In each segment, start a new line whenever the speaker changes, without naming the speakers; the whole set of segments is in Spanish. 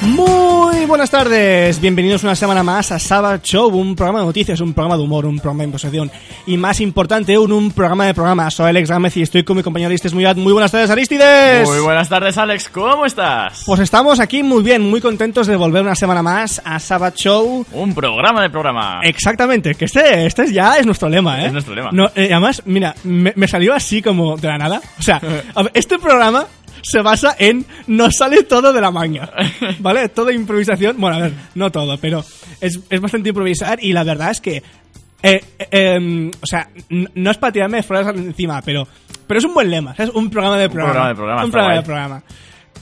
Muy buenas tardes, bienvenidos una semana más a Sabbath Show, un programa de noticias, un programa de humor, un programa de imposición y más importante aún, un programa de programas. Soy Alex Gámez y estoy con mi compañero Aristides Muyad. Muy buenas tardes, Aristides.
Muy buenas tardes, Alex. ¿Cómo estás?
Pues estamos aquí muy bien, muy contentos de volver una semana más a Sabbath Show.
Un programa de programa.
Exactamente, que este, este ya es nuestro lema, ¿eh?
Es nuestro lema.
No, eh, además, mira, me, me salió así como de la nada. O sea, a ver, este programa se basa en nos sale todo de la manga, ¿vale? Toda improvisación, bueno, a ver, no todo, pero es, es bastante improvisar y la verdad es que, eh, eh, em, o sea, n- no es para tirarme flores encima, pero, pero es un buen lema, es un programa de programa.
programa de programa,
Un
está
programa de
guay.
programa.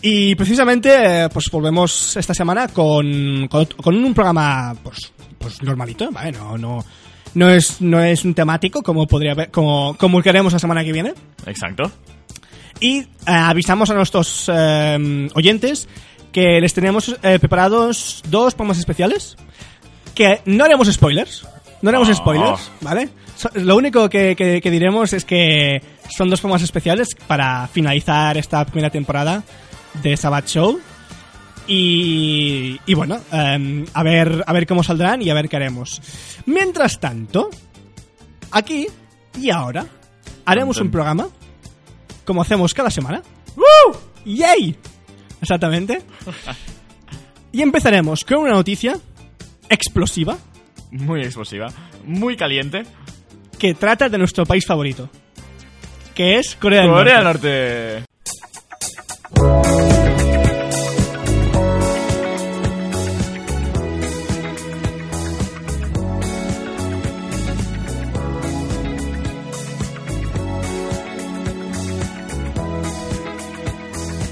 Y precisamente, eh, pues volvemos esta semana con, con, ot- con un programa, pues, pues normalito, ¿vale? No, no, no es, no es un temático como podría haber- como, como el que haremos la semana que viene.
Exacto.
Y eh, avisamos a nuestros eh, oyentes que les tenemos eh, preparados dos programas especiales. Que no haremos spoilers. No haremos
Oh.
spoilers, ¿vale? So- lo único que, que- que diremos es que son dos programas especiales para finalizar esta primera temporada de Sabat Show. Y, y bueno, eh, a, ver, a ver cómo saldrán y a ver qué haremos. Mientras tanto, aquí y ahora haremos un programa como hacemos cada semana. ¡Woo! ¡Yay! Exactamente. Y empezaremos con una noticia explosiva
Muy explosiva. Muy caliente.
que trata de nuestro país favorito, que es Corea del
Corea del
Norte.
Norte.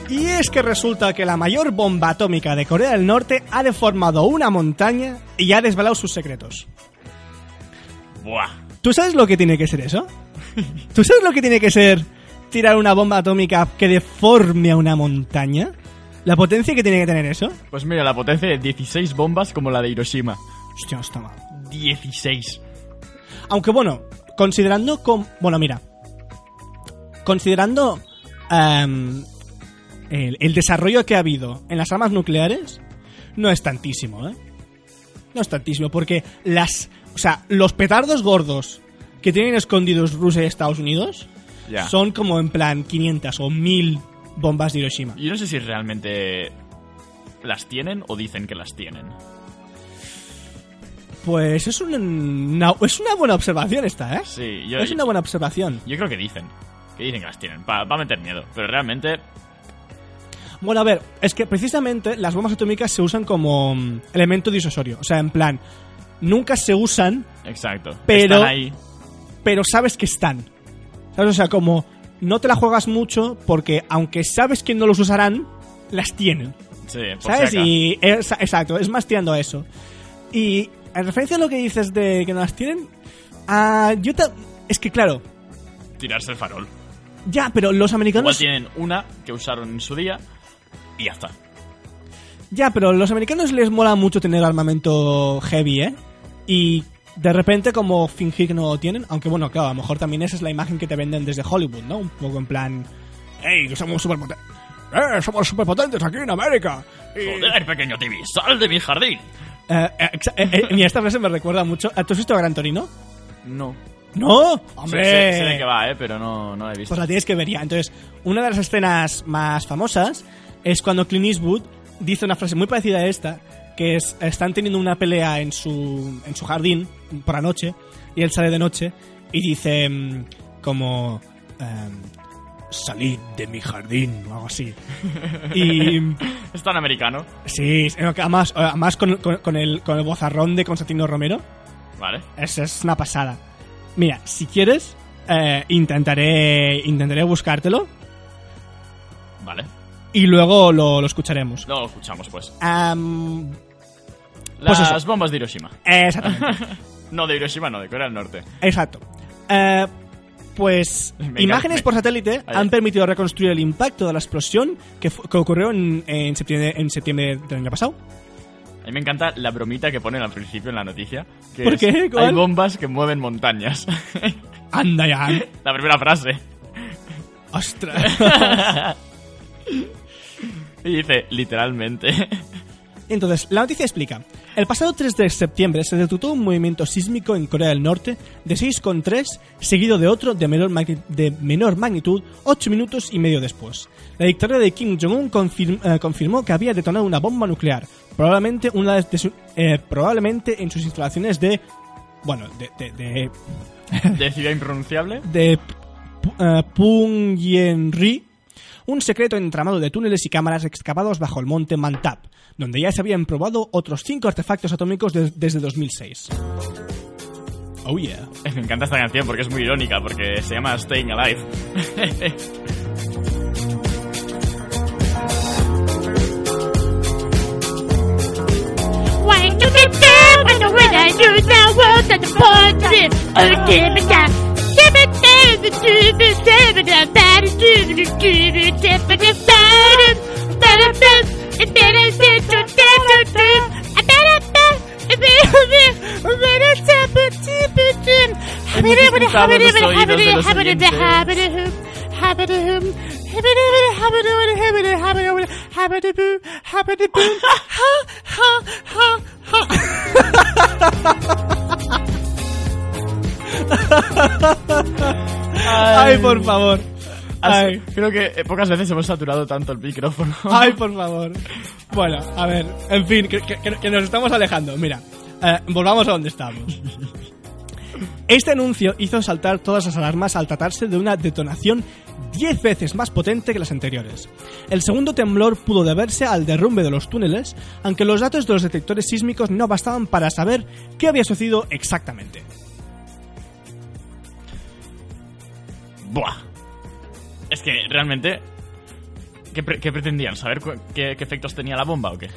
Y es que resulta que la mayor bomba atómica de Corea del Norte ha deformado una montaña y ha desvelado sus secretos.
Buah.
¿Tú sabes lo que tiene que ser eso? ¿Tú sabes lo que tiene que ser tirar una bomba atómica que deforme a una montaña? ¿La potencia que tiene que tener eso?
Pues mira, la potencia de 16 bombas como la de Hiroshima.
Hostia, está mal.
16.
Aunque bueno, considerando con. Bueno, mira. Considerando em, el, el desarrollo que ha habido en las armas nucleares, no es tantísimo, ¿eh? No es tantísimo, porque las. O sea, los petardos gordos que tienen escondidos Rusia y Estados Unidos
Ya.
son como en plan 500 o 1000 bombas de Hiroshima.
Yo no sé si realmente las tienen o dicen que las tienen.
Pues es una, una- es una buena observación esta, ¿eh?
Sí, yo,
Es una buena observación.
yo creo que dicen. Que dicen que las tienen. Para meter miedo. Pero realmente...
Bueno, a ver, es que precisamente las bombas atómicas se usan como mm, elemento disuasorio. O sea, en plan, nunca se usan,
Exacto.
Pero-
Están ahí.
pero sabes que están. ¿Sabes? O sea, como no te la juegas mucho porque aunque sabes que no los usarán, las tienen.
Sí, por
¿Sabes?
si acaso.
Y es- exacto, es más tirando a eso. Y en referencia a lo que dices de que no las tienen, ah, yo ta- es que claro,
Tirarse el farol.
ya, pero los
Igual
americanos
tienen una que usaron en su día y ya está.
Ya, pero los americanos les mola mucho tener armamento heavy, ¿eh? Y de repente como fingir que no lo tienen, aunque bueno, claro, a lo mejor también esa es la imagen que te venden desde Hollywood, ¿no? Un poco en plan, ¡Ey, que somos superpotentes! ¡Eh, somos superpotentes aquí en América! Y-
Joder, pequeño Tibi, sal de mi jardín.
Eh, eh, exa- eh, eh, mira, esta frase me recuerda mucho. ¿Tú has visto Gran Torino?
No.
¡No! ¡Hombre!
Hombre. Sé, sé de qué va, eh, pero no, no la he visto.
Pues la tienes que ver ya. Entonces, una de las escenas más famosas es cuando Clint Eastwood dice una frase muy parecida a esta, que es, están teniendo una pelea en su, en su jardín por la noche, y él sale de noche y dice mm, como... em, salid de mi jardín o algo así. Y
Es tan americano,
sí, es- además, además con, con- con el, con el bozarrón de Constantino Romero,
¿vale?
es, es una pasada. Mira, si quieres, eh, intentaré, intentaré buscártelo
Vale.
y luego lo, lo escucharemos.
Luego lo escuchamos, pues.
Am, Pues
Las
eso.
bombas de Hiroshima.
exactamente,
No, de Hiroshima no, de Corea del Norte.
exacto. Eh, pues
Me encanta-
imágenes por
me-
satélite
Vale.
han permitido reconstruir el impacto de la explosión que, fu- que ocurrió en, en septiembre, en septiembre del año pasado.
A mí me encanta la bromita que ponen al principio en la noticia. Que
¿Por
es,
qué? ¿Cuál?
Hay bombas que mueven montañas.
Anda ya.
la primera frase.
Ostras.
Y dice, literalmente.
Entonces, la noticia explica. El pasado 3 de septiembre se detectó un movimiento sísmico en Corea del Norte de 6,3, seguido de otro de menor, magni- de menor magnitud 8 minutos y medio después. La dictadura de Kim Jong-un confirm- eh, confirmó que había detonado una bomba nuclear, probablemente, una de su- eh, probablemente en sus instalaciones de... Bueno, de... de, de,
de ciudad impronunciable.
de P- eh, Punyenri, un secreto entramado de túneles y cámaras excavados bajo el monte Mantap, donde ya se habían probado otros cinco artefactos atómicos de- desde 2006. Oh yeah.
Me encanta esta canción porque es muy irónica, porque se llama Staying Alive.
Why do they care when the wind I do now world and the poison? Oh, give it that. Give it that. The truth is seven and that is true. The truth is seven and that is that is that. And then I said to them, I said, I bet I bet. And then I said, I bet I said, but deep in them. Habit it, habit it, habit it, habit it, habit it, habit it, habit it, habit it, habit it, habit it, habit it, habit it, habit it, habit it, Ha, ha, ha, ha.
Ay, por favor. Ay,
Creo que eh, pocas veces hemos saturado tanto el micrófono.
ay, por favor. Bueno, a ver, en fin, que, que- que nos estamos alejando. Mira, eh, volvamos a donde estamos. Este anuncio hizo saltar todas las alarmas al tratarse de una detonación 10 veces más potente que las anteriores. El segundo temblor pudo deberse al derrumbe de los túneles, aunque los datos de los detectores sísmicos no bastaban para saber qué había sucedido exactamente.
Buah. Es que realmente. ¿Qué, pre- qué pretendían? ¿Saber cu- qué, qué efectos tenía la bomba o qué?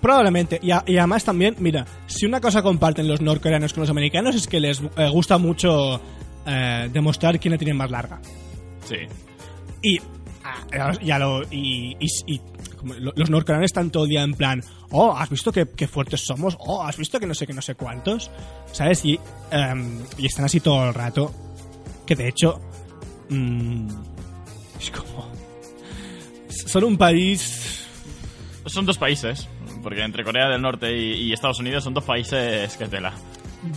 Probablemente, y, a- y además también, mira, si una cosa comparten los norcoreanos con los americanos es que les eh, gusta mucho eh, demostrar quién la tiene más larga.
Sí.
Y ah, ya lo. Y, y- y como lo- los norcoreanos están todo el día en plan. Oh, has visto qué, qué fuertes somos. Oh, has visto que no sé qué, no sé cuántos. ¿Sabes? Y, em, y están así todo el rato. Que de hecho. mm, es como. Son un país.
Son dos países. Porque entre Corea del Norte y, y Estados Unidos son dos países que tela.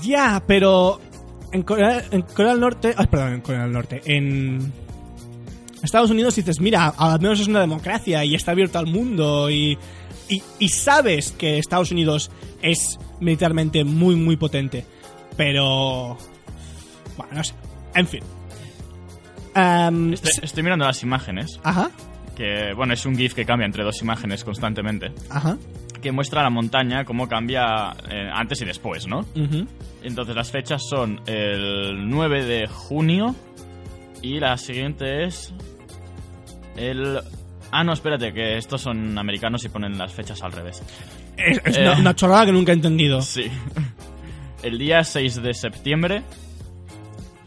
Ya, pero. En Corea, en Corea del Norte. Ah, perdón, en Corea del Norte. En. Estados Unidos dices, mira, al menos es una democracia y está abierto al mundo y, y, y sabes que Estados Unidos es militarmente muy, muy potente. Pero... Bueno, no sé. En fin. Am,
Estoy, Este, estoy mirando las imágenes.
Ajá,
Que, bueno, es un GIF que cambia entre dos imágenes constantemente.
ajá.
Que muestra la montaña cómo cambia eh, antes y después, ¿no?
ujú.
Entonces las fechas son el 9 de junio y la siguiente es el... Ah, no, espérate, que estos son americanos y ponen las fechas al revés.
Es, es
Eh.
una, una chorrada que nunca he entendido.
Sí. El día 6 de septiembre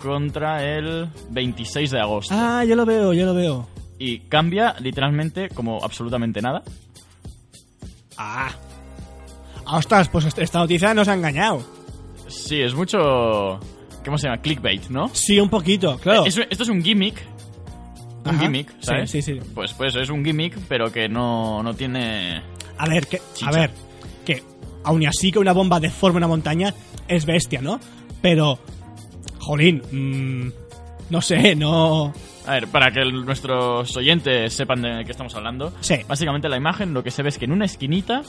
contra el 26 de agosto.
Ah, ya lo veo, ya lo veo.
Y cambia literalmente como absolutamente nada.
Ah. Ostras, pues est- esta noticia nos ha engañado.
Sí, es mucho... ¿Cómo se llama? Clickbait, ¿no?
Sí, un poquito, claro.
Eh, es- esto es un gimmick. Un
Ajá.
gimmick,
Sí,
¿sabes?
sí, sí.
Pues, pues es un gimmick, pero que no, no tiene...
A ver, que, a
Chicha.
ver, que aún y así que una bomba deforme una montaña es bestia, ¿no? Pero, jolín, mm, no sé, no...
A ver, para que el- nuestros oyentes sepan de qué estamos hablando.
Sí.
Básicamente la imagen lo que se ve es que en una esquinita,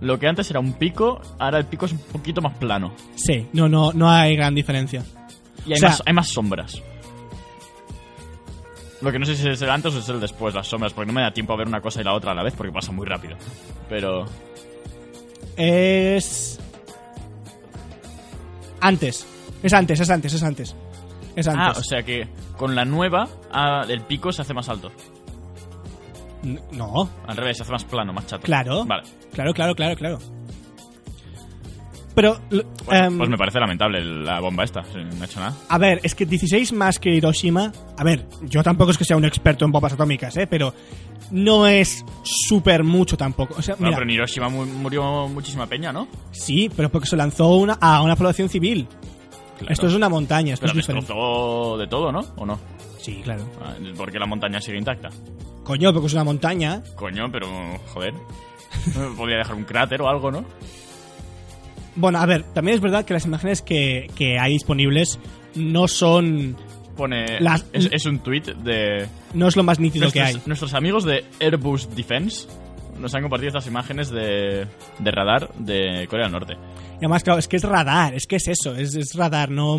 lo que antes era un pico, ahora el pico es un poquito más plano.
Sí, no, no, no hay gran diferencia.
Y hay,
O sea-
más, hay más sombras. Lo que no sé si es el antes o es el después, las sombras, porque no me da tiempo a ver una cosa y la otra a la vez porque pasa muy rápido. Pero
Es. Antes. Es antes, es antes, es antes. Es
Ah,
antes.
o sea que con la nueva ah, el pico se hace más alto.
N- No.
Al revés, se hace más plano, más chato.
Claro.
Vale.
Claro, claro, claro, claro. Pero. l-
Bueno,
em,
pues me parece lamentable la bomba esta. Sí, No he hecho nada.
A ver, es que 16 más que Hiroshima. A ver, yo tampoco es que sea un experto en bombas atómicas, ¿eh? Pero no es súper mucho tampoco. O sea,
Bueno,
mira,
pero en Hiroshima mu- murió muchísima peña, ¿no?
sí, pero porque se lanzó una, a una población civil.
Claro.
Esto es una montaña, esto
Pero
es diferente.
destrozó de todo, ¿no? ¿O no?
Sí, claro.
Ah, Porque la montaña sigue intacta.
Coño, porque es una montaña.
Coño, pero joder. Podría dejar un cráter o algo, ¿no?
Bueno, a ver, también es verdad que las imágenes que, que hay disponibles no son.
Pone.
Las-
Es, es un tuit de.
No es lo más nítido que
nuestros,
hay.
nuestros amigos de Airbus Defense nos han compartido estas imágenes de, de radar de Corea del Norte.
Y además, claro, es que es radar, es que es eso, es, es radar, no.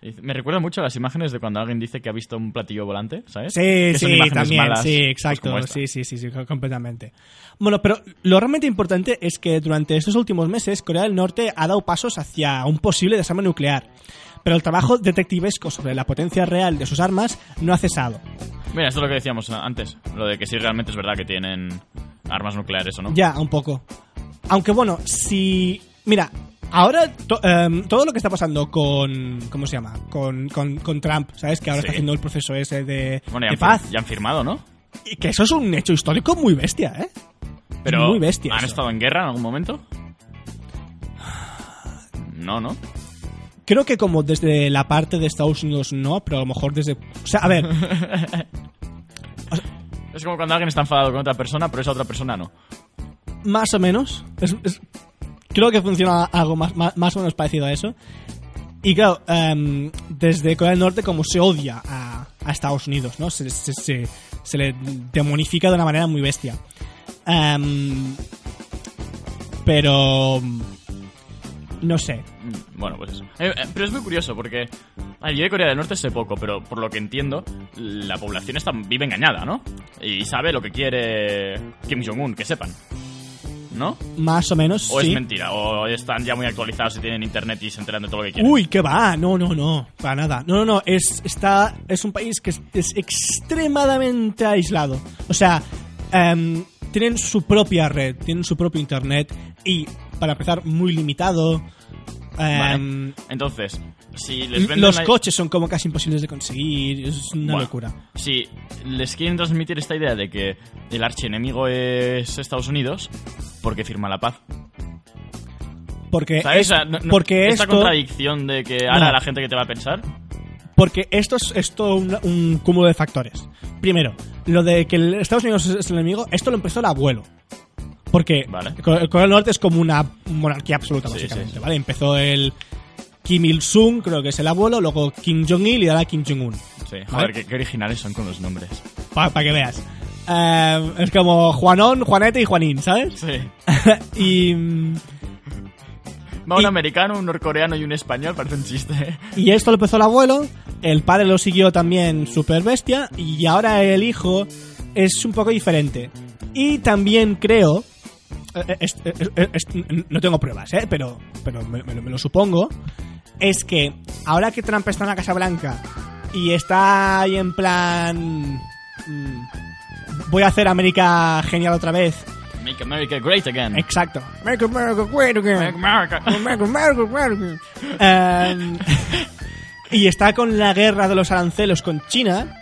Y Me recuerda mucho a las imágenes de cuando alguien dice que ha visto un platillo volante, ¿sabes?
Sí,
¿eh? Que son
sí,
imágenes
también,
malas,
sí,
pues
exacto,
como esta.
sí, sí, sí, sí, co- completamente. Bueno, pero lo realmente importante es que durante estos últimos meses Corea del Norte ha dado pasos hacia un posible desarme nuclear, pero el trabajo detectivesco sobre la potencia real de sus armas no ha cesado.
Mira, esto es lo que decíamos antes, lo de que si realmente es verdad que tienen armas nucleares o no.
Ya, un poco. Aunque bueno, si... Mira, ahora to- em, todo lo que está pasando con... ¿Cómo se llama? Con, con- con Trump, ¿sabes? Que ahora
Sí.
está haciendo el proceso ese de,
Bueno,
de
ya, han,
paz.
fir- ya han firmado, ¿no?
Y que eso es un hecho histórico muy bestia, ¿eh?
Pero
Muy bestia
¿Han
eso.
estado en guerra en algún momento? No, ¿no?
Creo que como desde la parte de Estados Unidos no, pero a lo mejor desde... O sea, a ver,
Es como cuando alguien está enfadado con otra persona, pero esa otra persona no.
más o menos. Es- es- creo que funciona algo más, más, más o menos parecido a eso. Y claro, em, desde Corea del Norte como se odia a, a Estados Unidos, ¿no? Se, se- se- se le demonifica de una manera muy bestia. Em, pero... No sé.
Mm, Bueno, pues eso. Eh, eh, pero es muy curioso porque... ah, yo de Corea del Norte sé poco, pero por lo que entiendo, la población está, vive engañada, ¿no? Y sabe lo que quiere Kim Jong-un, que sepan. ¿No?
Más o menos...
O
sí.
es mentira, o están ya muy actualizados y tienen internet y se enteran de todo lo que quieren.
Uy, que va, no, no, no, para nada. No, no, no, es, está, es un país que es, es extremadamente aislado. O sea, em, tienen su propia red, tienen su propio internet y, para empezar, muy limitado. Em,
Entonces, si les venden
los
la-
coches son como casi imposibles de conseguir, es una
Bueno,
locura.
Si les quieren transmitir esta idea de que el archienemigo es Estados Unidos, ¿por qué firma la paz?
Porque,
¿Sabes?
Eh, es-
O sea, no- no-
porque
esta
esto,
contradicción de que ahora
No.
la gente que te va a pensar.
porque esto es esto un, un cúmulo de factores. Primero, lo de que el- Estados Unidos es el enemigo, esto lo empezó el abuelo. Porque
Vale.
Co- Corea del Norte es como una monarquía absoluta,
Sí,
básicamente,
sí, sí.
¿vale? Empezó el Kim Il-sung, creo que es el abuelo, luego Kim Jong-il y ahora Kim Jong-un.
Sí, joder,
¿Vale?
qué, qué originales son con los nombres.
Para que veas. Eh, es como Juanón, Juanete y Juanín, ¿sabes?
Sí.
y, mm,
Va un
Y-
americano, un norcoreano y un español, parece un chiste.
y esto lo empezó el abuelo, el padre lo siguió también super bestia y ahora el hijo es un poco diferente. Y también creo... eh, es- es- es- es- no tengo pruebas, ¿eh? pero, pero me, me lo- me lo supongo. es que ahora que Trump está en la Casa Blanca y está ahí en plan. mm, Voy a hacer América genial otra vez.
Make America great again.
Exacto. Make America great
Make
again.
America.
Make America great again. Em, y está con la guerra de los arancelos con China.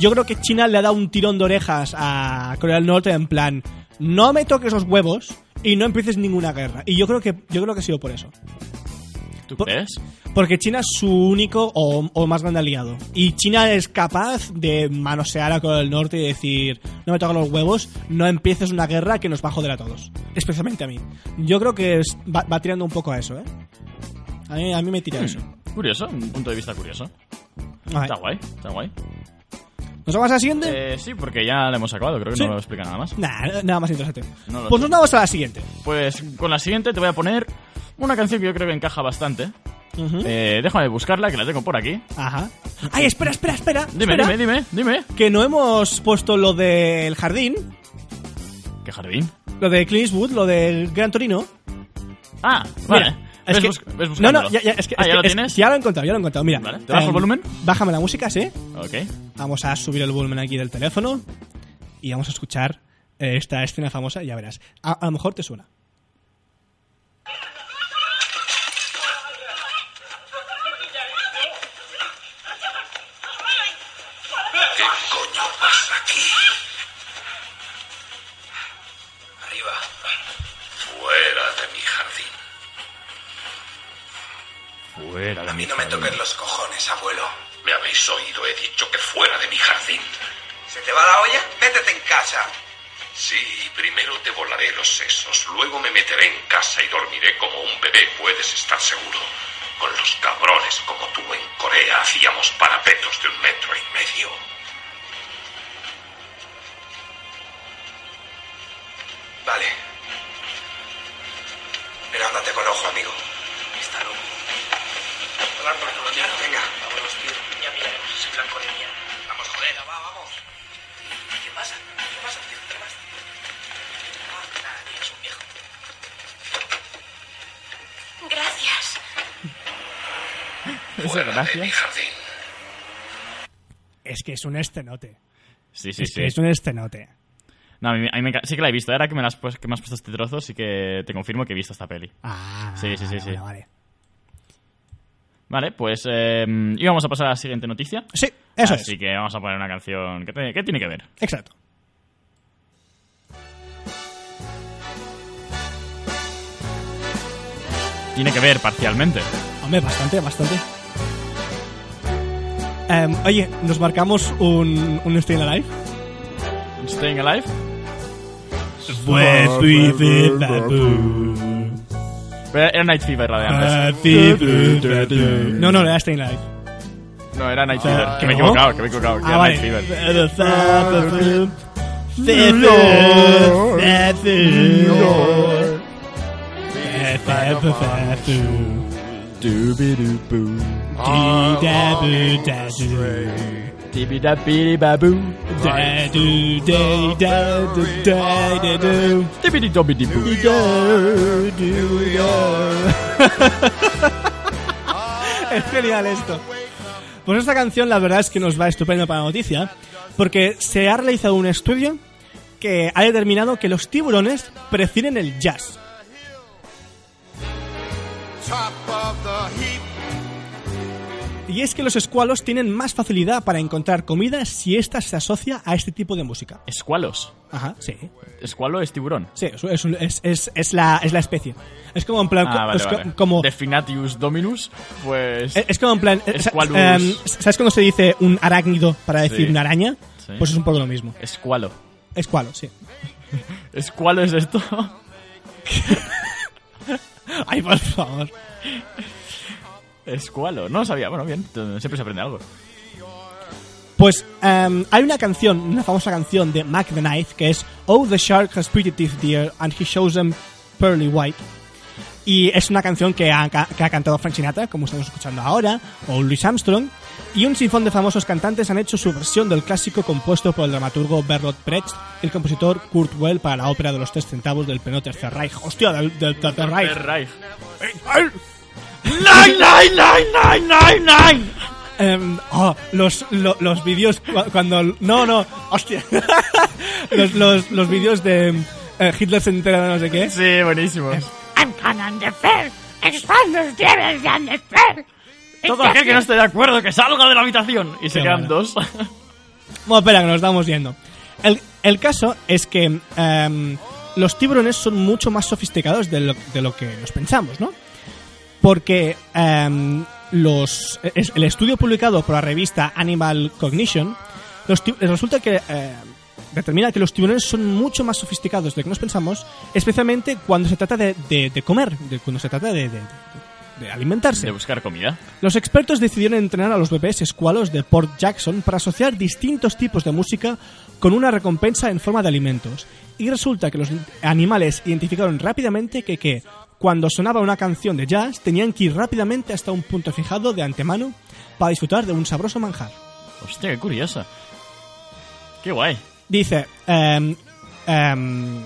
Yo creo que China le ha dado un tirón de orejas a Corea del Norte en plan. No me toques los huevos y no empieces ninguna guerra. Y yo creo que yo creo que ha sido por eso.
¿Tú
Por-
crees?
Porque China es su único o, o más grande aliado. Y China es capaz de manosear a Corea del Norte y decir, no me toques los huevos, no empieces una guerra que nos va a joder a todos. Especialmente a mí. Yo creo que es- va, va tirando un poco a eso, ¿eh? A mí, a mí me tira eso.
Hmm, Curioso, un punto de vista curioso.
Vale.
Está guay, está guay.
¿Nos vamos a la siguiente?
Eh, sí, porque ya lo hemos acabado, creo que
Sí.
no lo explica nada más.
Nah, nada más interesante.
No lo
pues
sé.
nos vamos a la siguiente.
Pues con la siguiente te voy a poner una canción que yo creo que encaja bastante.
Ujú.
Eh, déjame buscarla, que la tengo por aquí.
Ajá. Ay, espera, espera, espera.
Dime,
espera,
dime, dime, dime.
Que no hemos puesto lo del jardín,
¿Qué jardín?
lo de Clint Eastwood, lo del Gran Torino.
Ah, vale.
Mira,
ves,
es que-
bus-
no,
ves buscándolo.
no, ya, ya, es que,
Ah,
es
¿ya
que-
lo
es-
tienes?
ya lo he encontrado, ya lo he encontrado. Mira,
Vale, ¿te bajo el
Em,
volumen?
Bájame la música, sí.
Ok.
Vamos a subir el volumen aquí del teléfono y vamos a escuchar eh, esta escena famosa, ya verás. A, a lo mejor te suena.
¿Qué coño pasa aquí? Arriba. Fuera de mi jardín.
Fuera
A mí no me toques los cojones, abuelo. Me habéis oído, he dicho que fuera de mi jardín. ¿Se te va la olla? Métete en casa. Sí, primero te volaré los sesos, luego me meteré en casa y dormiré como un bebé, puedes estar seguro. Con los cabrones como tú en Corea hacíamos parapetos de un metro y medio. Vale. Pero ándate con ojo, amigo. Está loco. Hola, colombiano. Venga, vámonos, tío. Ya miraremos ese blanco de mierda. Vamos, joder, va, vamos. ¿Qué pasa? ¿Qué pasa, tío? ¿Qué pasa? Ah, nada, tío, es un viejo.
Gracias.
Esa
De mi
gracia.
jardín.
Es que es un estenote.
Sí, sí,
es
sí.
que es un estenote.
No, a mí, a mí me enca- sí que la he visto. Ahora que me, la has pues- que me has puesto este trozo, sí que te confirmo que he visto esta peli.
Ah,
Sí, sí, sí,
vale,
sí.
Vale, vale.
Vale, pues eh, íbamos a pasar a la siguiente noticia.
Sí, eso
Así
es.
que vamos a poner una canción. ¿Qué, te- qué tiene que ver?
Exacto.
Tiene que ver parcialmente.
Hombre, bastante, bastante. Em, oye, ¿nos marcamos un, un Stay Alive?
Staying Alive. Pues, Pero era Night Fever la de
Ah.
antes.
No, no, era Stay Alive.
No, era Night Fever. que me he
¿no?
equivocado, que me he equivocado. que
Ah,
era
vale.
Night Fever. Tibidabiribabu. Tibididobidibu.
Es genial esto. Pues esta canción la verdad es que nos va estupendo para la noticia, porque se ha realizado un estudio que ha determinado que los tiburones prefieren el jazz. Y es que los escualos tienen más facilidad para encontrar comida si ésta se asocia a este tipo de música.
Escualos.
Ajá, sí.
Escualo es tiburón.
Sí, es, es un- es- es- es la, es la especie. Es como en plan...
Ah, vale,
es co-
vale.
Como,
Definatius dominus, pues...
Eh, Es, es como en plan.
Es
sa-
cual
em,
un-
¿Sabes cuando se dice un arácnido para decir
Sí.
una araña?
Sí.
Pues es un poco lo mismo.
Escualo.
Es cualo, sí.
¿Escualo es esto?
Ay, por favor.
Escualo. No lo sabía. Bueno, bien. Siempre se aprende algo.
Pues em, hay una canción, una famosa canción de Mac the Knife que es Oh, the shark has pretty teeth, dear, and he shows them pearly white. Y es una canción que ha, ca- que ha cantado Frank Sinatra, como estamos escuchando ahora, o Louis Armstrong. Y un sinfón de famosos cantantes han hecho su versión del clásico compuesto por el dramaturgo Bertolt Brecht y el compositor Kurt Weill para la ópera de los tres centavos del pleno Tercer Reich. ¡Hostia, del, del Tercer Reich!
Reich.
Em, oh, los, lo- los vídeos cu- cuando... No, no, hostia. los, los, los vídeos de eh, Hitler se entera de no sé qué.
Sí, buenísimo.
Eh,
I'm coming to fair. Expanders, devils, and the fair.
Todo aquel que no esté de acuerdo, que salga de la habitación. Y se
eh, Qué
quedan
bueno.
dos.
Bueno, espera, que nos estamos yendo. El, el caso es que em, los tiburones son mucho más sofisticados de lo, de lo que nos pensamos, ¿no? Porque em, los, es- el estudio publicado por la revista Animal Cognition los ti- resulta que em, determina que los tiburones son mucho más sofisticados de lo que nos pensamos, especialmente cuando se trata de, de- de comer, de, cuando se trata de, de- de- de alimentarse.
De buscar comida.
Los expertos decidieron entrenar a los bebés escualos de Port Jackson para asociar distintos tipos de música con una recompensa en forma de alimentos. Y resulta que los animales identificaron rápidamente que, que Cuando sonaba una canción de jazz, tenían que ir rápidamente hasta un punto fijado de antemano para disfrutar de un sabroso manjar.
Hostia, qué curiosa. Qué guay.
Dice, em, em,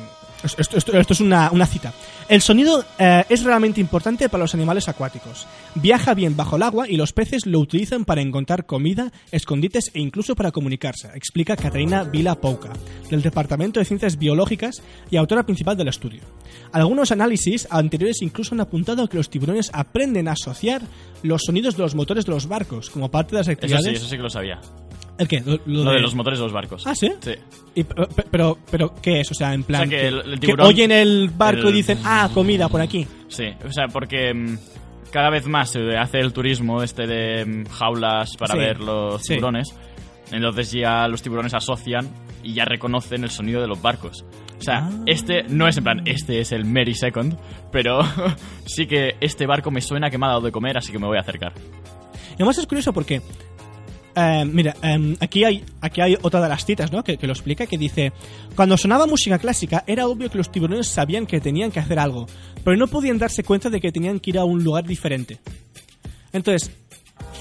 esto, esto- esto es una, una cita. El sonido eh, es realmente importante para los animales acuáticos. Viaja bien bajo el agua y los peces lo utilizan para encontrar comida, escondites e incluso para comunicarse, explica Catarina Vila Pouca, del Departamento de Ciencias Biológicas y autora principal del estudio. Algunos análisis anteriores incluso han apuntado que los tiburones aprenden a asociar los sonidos de los motores de los barcos como parte de las
Eso
actividades.
sí, eso sí que lo sabía.
¿El qué? Lo, lo
Lo de
de-
los motores de los barcos.
Ah, ¿sí?
Sí.
Y pe- pe- pero, pero, ¿qué es? O sea, en plan.
que el- el
que
tiburón-
oyen el barco
el-
y dicen, ah, comida por aquí.
Sí, o sea, porque mm, cada vez más se hace el turismo este de mm, jaulas para
Sí,
ver los
sí.
tiburones. Entonces ya los tiburones asocian y ya reconocen el sonido de los barcos. O sea,
Ah.
este no es en plan, este es el Merry Second, pero sí que este barco me suena que me ha dado de comer, así que me voy a acercar.
Y además es curioso porque. eh, mira, eh, aquí, hay, aquí hay otra de las citas, ¿no? Que, que lo explica, que dice: Cuando sonaba música clásica, era obvio que los tiburones sabían que tenían que hacer algo, pero no podían darse cuenta de que tenían que ir a un lugar diferente. Entonces,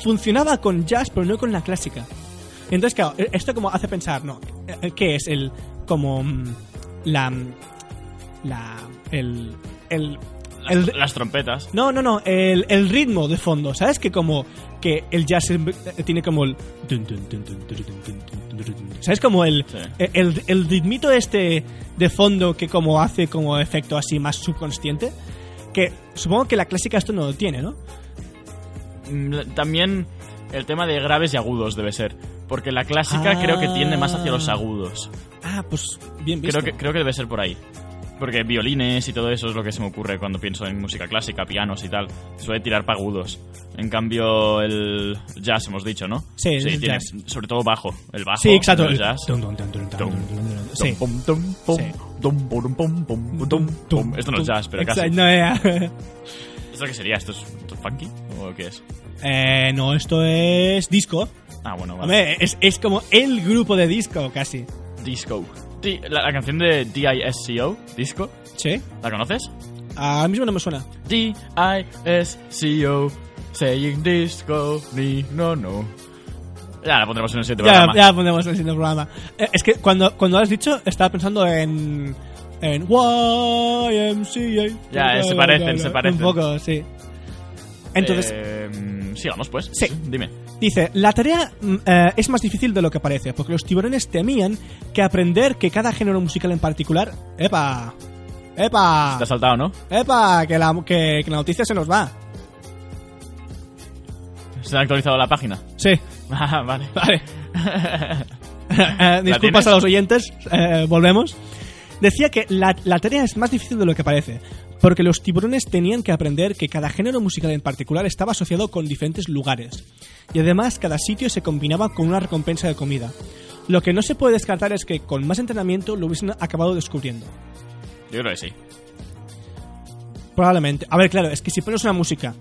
funcionaba con jazz, pero no con la clásica. Entonces, claro, e- esto como hace pensar, ¿no? Eh, ¿Qué es el. como. mm, la. la. el. el.
Las,
el-
las trompetas.
no, no, no, el, el ritmo de fondo, ¿sabes? Que como que el jazz es- tiene como el... dun, dun, dun, dun, dun, dun, dun, dun, dun, dun. ¿Sabes? Como el,
Sí.
el, el ritmito este de fondo que como hace como efecto así más subconsciente, que supongo que la clásica esto no lo tiene, ¿no?
Mm, la- También el tema de graves y agudos debe ser, porque la clásica
Ah.
creo que tiende más hacia los agudos.
Ah, pues bien visto.
Creo que, creo que debe ser por ahí. Porque violines y todo eso es lo que se me ocurre cuando pienso en música clásica, pianos y tal. Suele tirar para agudos. En cambio, el jazz hemos dicho, ¿no?
Sí, el
tiene-
jazz.
sobre todo bajo. El bajo.
Sí, exacto.
en el
el-
jazz.
dun, dun, dun, dun, dun,
Dum,
dun, dun, dun.
Tom,
Sí.
pom, tom, pom,
Sí.
dum, pum, pum, pum, pum, dum, pum. Esto no es jazz, pero
Exacto,
casi.
no, eh,
¿Esto qué sería? ¿Esto es, esto es funky? ¿O qué es?
eh, no, esto es disco.
Ah, bueno, vale.
Hombre, es, es como el grupo de disco casi.
Disco. Di- la, la canción de D-I-S-C-O, Disco,
Sí.
¿la conoces?
Ahora mismo no me suena.
D-I-S-C-O Saying disco Ni no no Ya la pondremos en el siguiente
Ya,
programa
ya pondremos el siguiente programa. Eh, Es que cuando, cuando lo has dicho, estaba pensando en. En YMCA.
Ya, eh, se parecen, se parecen.
Un poco, sí. Entonces,
Eh, mm, Sigamos pues
Sí.
Dime
dice: La tarea mm, eh, es más difícil de lo que parece, porque los tiburones temían que aprender que cada género musical en particular. ¡Epa! ¡Epa!
Te has saltado, ¿no?
¡Epa! Que la, que, que la noticia se nos va.
Se ha actualizado la página
Sí,
Ah, vale
vale. Eh, disculpas
tienes?
a los oyentes, eh, volvemos. Decía que la, la tarea es más difícil de lo que parece, porque los tiburones tenían que aprender que cada género musical en particular estaba asociado con diferentes lugares, y además cada sitio se combinaba con una recompensa de comida. Lo que no se puede descartar es que con más entrenamiento lo hubiesen acabado descubriendo.
Yo creo que sí
Probablemente. A ver, claro, es que si pones una música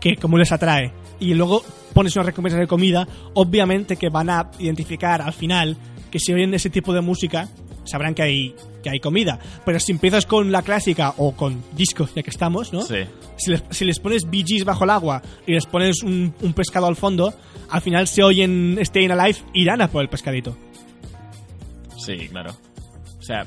que como les atrae y luego pones una recompensa de comida, obviamente que van a identificar al final que si oyen ese tipo de música sabrán que hay que hay comida. Pero si empiezas con la clásica o con discos, ya que estamos, ¿no?
Sí
Si les, si les pones Bee Gees bajo el agua y les pones un, un pescado al fondo, al final se oyen Staying Alive irán a por el pescadito.
Sí, claro O sea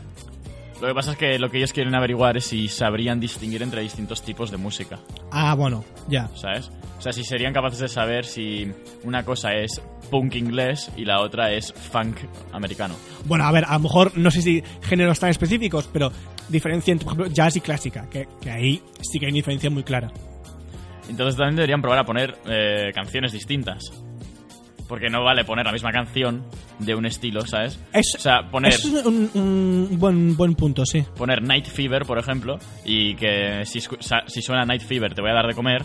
Lo que pasa es que lo que ellos quieren averiguar Es si sabrían distinguir entre distintos tipos de música
Ah, bueno, ya.
¿Sabes? O sea, si serían capaces de saber si una cosa es punk inglés y la otra es funk americano.
Bueno, a ver, a lo mejor no sé si géneros tan específicos, pero diferencia entre, por ejemplo, jazz y clásica, que, que ahí sí que hay una diferencia muy clara.
Entonces también deberían probar a poner eh, canciones distintas. Porque no vale poner la misma canción de un estilo, ¿sabes?
Es-
o sea, poner,
Eso es un, un buen, buen punto, sí.
poner Night Fever, por ejemplo, y que si, escu- sa- si suena Night Fever te voy a dar de comer,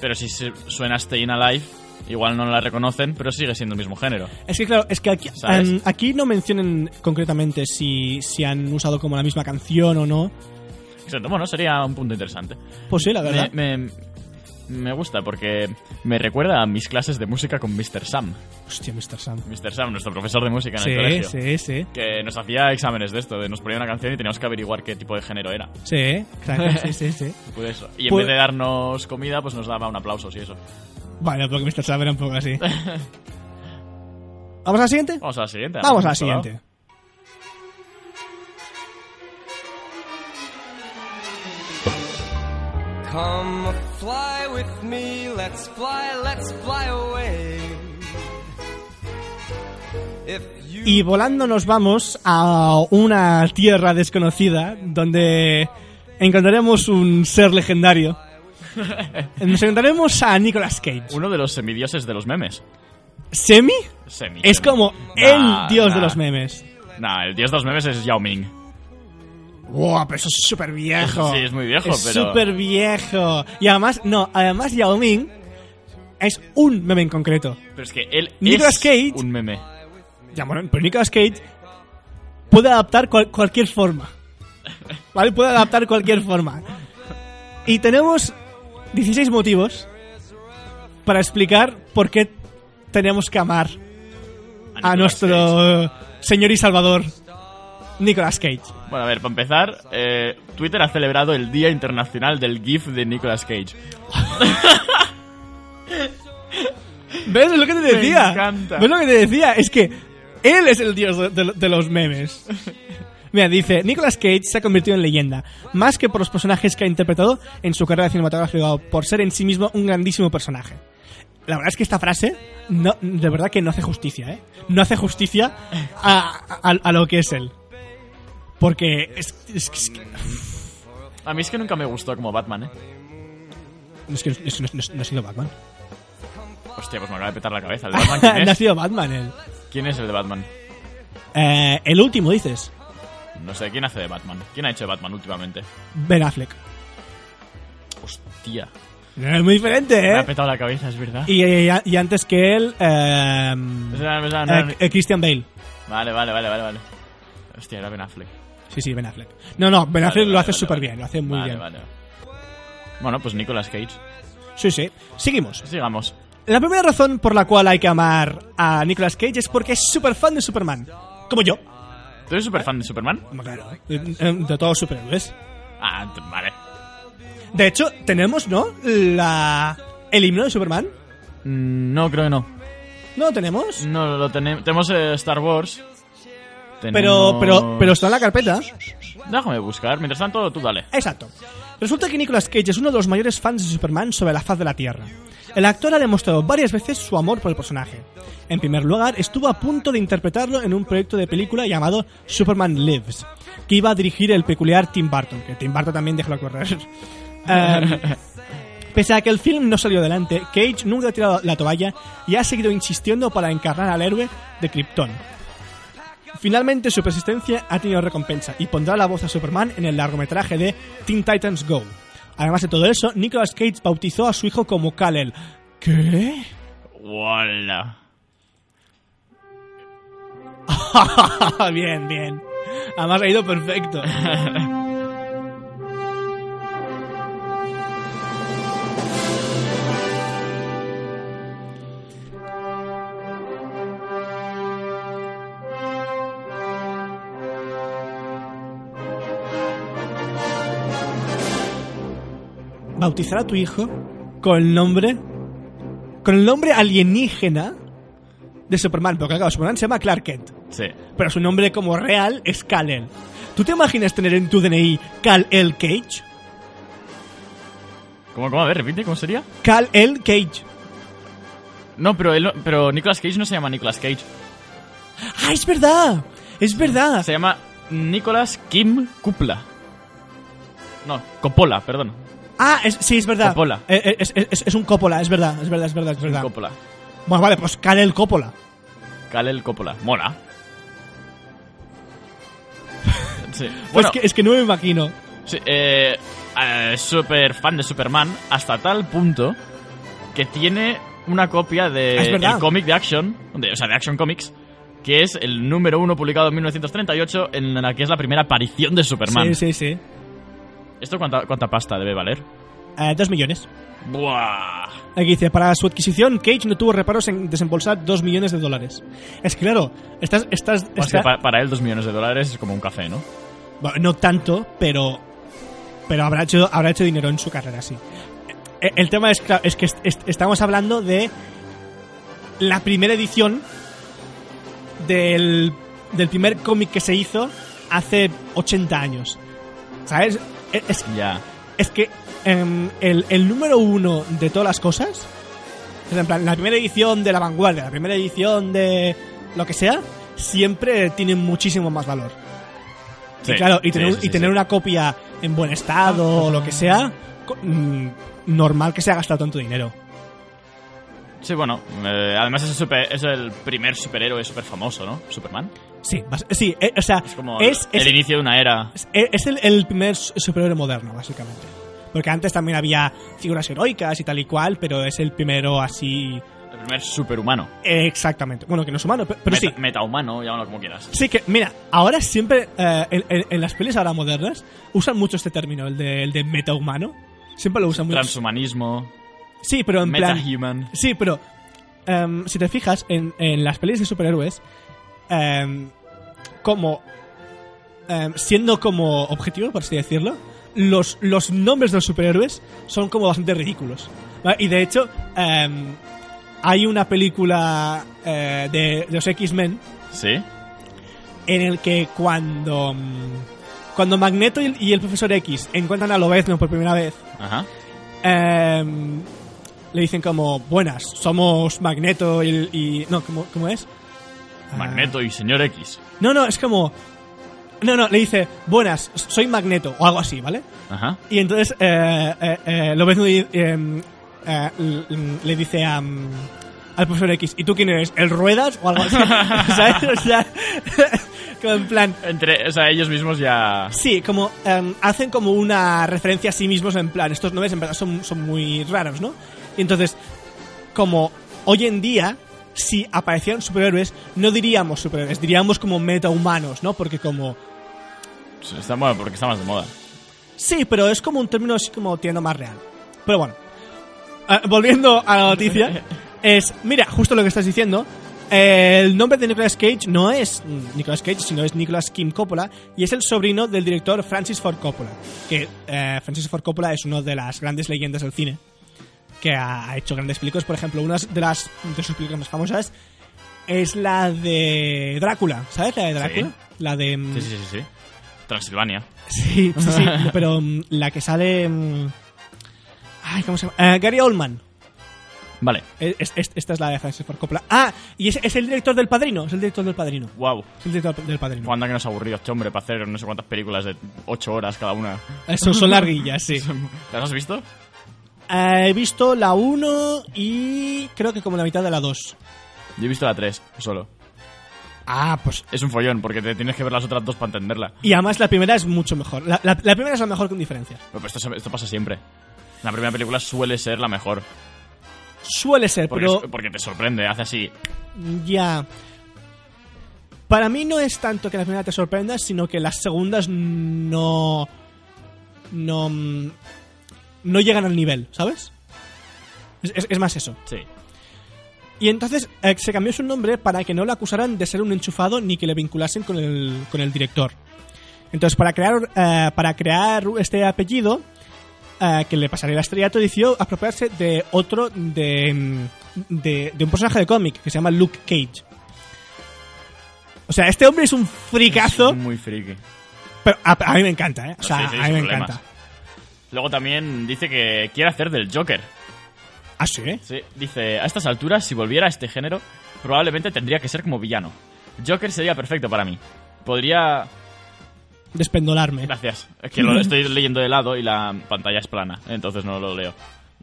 pero si se- suena Stayin' Alive, igual no la reconocen, pero sigue siendo el mismo género.
Es que claro, es que aquí,
¿Sabes?
em, aquí no mencionan concretamente si, si han usado como la misma canción o no.
Exacto, bueno, sería un punto interesante.
Pues sí, la verdad.
Me, me- me gusta porque me recuerda a mis clases de música con Mr. Sam.
Hostia, Mr. Sam.
Mr. Sam, nuestro profesor de música en el
Sí,
colegio.
sí, sí.
Que nos hacía exámenes de esto, de nos ponía una canción y teníamos que averiguar qué tipo de género era.
Sí, exacto, sí, sí, sí.
Pues eso. Y en
Pues-
vez de darnos comida, pues nos daba un aplauso y eso.
Bueno, porque Mr. Sam era un poco así. ¿Vamos a la siguiente?
Vamos a la siguiente.
Vamos a la
Hemos tocado.
siguiente.
Come fly with me, let's fly, let's fly away. If you
Y volando nos vamos a una tierra desconocida donde encontraremos un ser legendario. Nos encontraremos a Nicolas Cage.
Uno de los semidioses de los memes.
¿Semi?
Semi.
Es
semi.
como
Nah,
el dios
nah.
de los memes.
Nah, el dios de los memes es Yao Ming.
¡Wow! Pero eso es súper viejo.
Sí, es muy viejo,
es
pero-
súper viejo. Y además, no, además Yao Ming es un meme en concreto.
Pero es que él
Nicolas
es
Cage.
un meme.
Ya, bueno, pero Nicolas Cage puede adaptar cual- cualquier forma. ¿Vale? Puede adaptar cualquier forma. Y tenemos 16 motivos para explicar por qué tenemos que amar a,
Nicolas Cage.
nuestro señor y salvador Nicolas Cage.
Bueno, a ver, para empezar, eh, Twitter ha celebrado el Día Internacional del GIF de Nicolas Cage.
¿Ves? Es lo que te decía.
encanta.
¿Ves lo que te decía? Es que él es el dios de, de- de los memes. Mira, dice, Nicolas Cage se ha convertido en leyenda, más que por los personajes que ha interpretado en su carrera cinematográfica, por ser en sí mismo un grandísimo personaje. La verdad es que esta frase, no, de verdad que no hace justicia, ¿eh? No hace justicia a, a- a lo que es él. Porque es, es que- es que-
A mí es que nunca me gustó como Batman, ¿eh?
es que no- no- no- no ha sido Batman.
Hostia, pues me acaba de petar la cabeza. ¿El de Batman quién
no ha
es?
sido Batman él.
¿Quién es el de Batman?
Eh, el último, dices.
No sé, ¿quién hace de Batman? ¿Quién ha hecho de Batman últimamente?
Ben Affleck.
Hostia,
Es muy diferente,
me ha
¿eh?
petado la cabeza, es verdad.
Y, y- y antes que él, eh,
Es verdad, es verdad, no,
eh, eh, Christian Bale.
Vale, vale, vale, vale, vale. Hostia, era Ben Affleck.
Sí, sí, Ben Affleck. No, no, Ben
Vale,
Affleck lo
vale,
hace
vale,
súper
vale.
bien, lo hace muy
Vale,
bien.
vale. Bueno, pues Nicolas Cage. pues
Sí, sí. Seguimos.
Sigamos.
La primera razón por la cual hay que amar a Nicolas Cage es porque es súper fan de Superman. Como yo.
¿Tú eres súper fan de Superman?
Como Claro. eh, eh, De todos los superhéroes.
Ah, t- vale.
De hecho, tenemos, ¿no? La... El himno de Superman.
Mm, No, creo que no.
No lo tenemos.
No, lo tenemos. Tenemos eh, Star Wars.
Pero, pero,
Mm, Tenemos-
pero está en la carpeta.
Déjame buscar. Mientras tanto, tú dale.
Exacto. Resulta que Nicolas Cage es uno de los mayores fans de Superman sobre la faz de la Tierra. El actor ha demostrado varias veces su amor por el personaje. En primer lugar, estuvo a punto de interpretarlo en un proyecto de película llamado Superman Lives, que iba a dirigir el peculiar Tim Burton, que Tim Burton también déjalo correr. Em, pese a que el film no salió adelante, Cage nunca ha tirado la toalla y ha seguido insistiendo para encarnar al héroe de Krypton. Finalmente su persistencia ha tenido recompensa y pondrá la voz a Superman en el largometraje de Teen Titans Go. Además de todo eso, Nicolas Cage bautizó a su hijo como Kal-El. ¿Qué?
Hola.
bien, bien. Además ha ido perfecto. Bautizar a tu hijo con el nombre. Con el nombre alienígena de Superman. Porque claro, Superman se llama Clark Kent
Sí.
pero su nombre como real es Kal-El. ¿Tú te imaginas tener en tu DNI Kal-El Cage?
¿Cómo, cómo? A ver, repite, ¿cómo sería?
Kal-El Cage.
No, pero, él, no- pero Nicolas Cage no se llama Nicolas Cage.
¡Ah, es verdad! ¡Es verdad!
Se llama Nicolas Kim Kupla. No, Coppola, perdón.
Ah, es- sí, es verdad.
Coppola.
Eh, Es, es- es- es un Coppola, es verdad, es verdad, es verdad, es verdad.
Coppola.
Bueno, vale, pues Kal-El Coppola.
Kalel Coppola. Mola. Sí.
Pues
Bueno,
es, que, es que no me imagino.
sí, eh, eh, super fan de Superman hasta tal punto que tiene una copia
Ah, es
de
verdad.
el cómic de Action, de- o sea, de Action Comics, que es el número uno publicado en 1938, en la que es la primera aparición de Superman.
Sí, sí, sí.
¿Esto cuánta, cuánta pasta debe valer?
Eh, dos millones.
Buah.
Aquí dice, para su adquisición, Cage no tuvo reparos en desembolsar 2 millones de dólares. Es que claro, estás... estás
Es que
está-
pa- para él dos millones de dólares es como un café, ¿no?
Bueno, no tanto, pero pero habrá hecho habrá hecho dinero en su carrera, sí. E- El tema es, cla- es que est- est- estamos hablando de la primera edición del, del primer cómic que se hizo hace 80 años. ¿Sabes? E- Es,
Ya.
es que em, el, el número uno de todas las cosas, es en plan, la primera edición de La Vanguardia, la primera edición de lo que sea, siempre tiene muchísimo más valor. Y
Sí,
claro, y
sí,
tener,
sí, sí,
y tener
sí.
una copia en buen estado o lo que sea, co- mm, normal que se ha gastado tanto dinero.
Sí, bueno. eh, además es, el super- es el primer superhéroe super famoso, ¿no? Superman.
Sí, bas- sí, eh, o sea,
Es como
es,
el,
es-
el inicio de una era.
es- es el, el primer s- superhéroe moderno, básicamente. Porque antes también había figuras heroicas y tal y cual, pero es el primero así...
El primer superhumano.
eh, exactamente. Bueno, que no es humano, pe- pero
Meta-
sí.
Metahumano, llámalo como quieras.
Sí que, mira, ahora siempre, eh, en, en- en las pelis ahora modernas, usan mucho este término, el de, el de metahumano. Siempre lo usan mucho.
Transhumanismo.
Sí, pero en plan...
Metahuman.
Sí, pero em, si te fijas en, en las pelis de superhéroes, em, como em, siendo como objetivo, por así decirlo, los, los nombres de los superhéroes son como bastante ridículos. ¿vale? Y de hecho, em, hay una película eh, de, de los X-Men
Sí.
en el que cuando, mm, cuando Magneto y el, y el Profesor X encuentran a Lobezno por primera vez,
Ajá.
Em, le dicen como, buenas, somos Magneto y... el- y- no, ¿cómo, cómo es? Ah,
Magneto y Señor X.
no, no, es como... No, no, le dice, buenas, soy Magneto, o algo así, ¿vale?
Ajá.
Y entonces eh, eh, eh, Lobezno y, em, eh, l- mm, le dice a, mm, al profesor X, ¿y tú quién eres? ¿El Ruedas o algo así? ¿Sabes? O sea, como en plan...
Entre, o sea, ellos mismos ya...
Sí, como em, hacen como una referencia a sí mismos en plan, estos nombres en verdad son, son muy raros, ¿no? Y entonces, como hoy en día, si aparecieran superhéroes, no diríamos superhéroes, diríamos como metahumanos, ¿no? Porque como...
Está, bueno, porque está más de moda.
Sí, pero es como un término así como tiendo más real. Pero bueno, Ah, volviendo a la noticia, es, mira, justo lo que estás diciendo, eh, el nombre de Nicolas Cage no es mm, Nicolas Cage, sino es Nicolas Kim Coppola, y es el sobrino del director Francis Ford Coppola, que eh, Francis Ford Coppola es una de las grandes leyendas del cine, que ha hecho grandes películas, por ejemplo, una de, las, de sus películas más famosas es la de Drácula, ¿sabes? La de Drácula. La de... mm,
Sí, sí, sí, sí. Transilvania.
Sí, sí, sí, pero mm, la que sale... mm, Ay, ¿cómo se llama? Eh, Gary Oldman.
Vale.
Es- es- es- esta es la de Francis Ford Coppola. Ah, y es, es el director del Padrino. Es el director del Padrino.
Wow.
Es el director del Padrino.
Cuando que nos aburrido este hombre para hacer no sé cuántas películas de 8 horas cada una.
Eso, son larguillas, sí.
¿Las has visto?
Eh, he visto la 1 y creo que como la mitad de la 2.
Yo he visto la 3 solo.
Ah, pues...
Es un follón, porque te tienes que ver las otras dos para entenderla.
Y además la primera es mucho mejor. La, la- la primera es la mejor con diferencia.
Pero pues esto, se- esto pasa siempre. La primera película suele ser la mejor.
Suele ser,
Porque,
pero...
es- porque te sorprende, hace así.
Ya. Para mí no es tanto que la primera te sorprenda, sino que las segundas no. No. mm, No llegan al nivel, ¿sabes? Es, es- es más eso.
Sí.
Y entonces eh, se cambió su nombre para que no lo acusaran de ser un enchufado ni que le vinculasen con el, con el director. Entonces, para crear, eh, para crear este apellido, eh, que le pasaría el estrellato, decidió apropiarse de otro, de, mm, de, de un personaje de cómic que se llama Luke Cage. O sea, este hombre es un fricazo,
Es muy friki.
pero a, a mí me encanta, ¿eh? O
No,
sea,
sí, sí,
a mí
sin
me
problemas.
encanta.
Luego también dice que quiere hacer del Joker.
Ah, sí, ¿eh?
Sí, dice, a estas alturas, si volviera a este género, probablemente tendría que ser como villano. Joker sería perfecto para mí. Podría...
Despendolarme.
Gracias. Es que lo estoy leyendo de lado y la pantalla es plana, entonces no lo leo.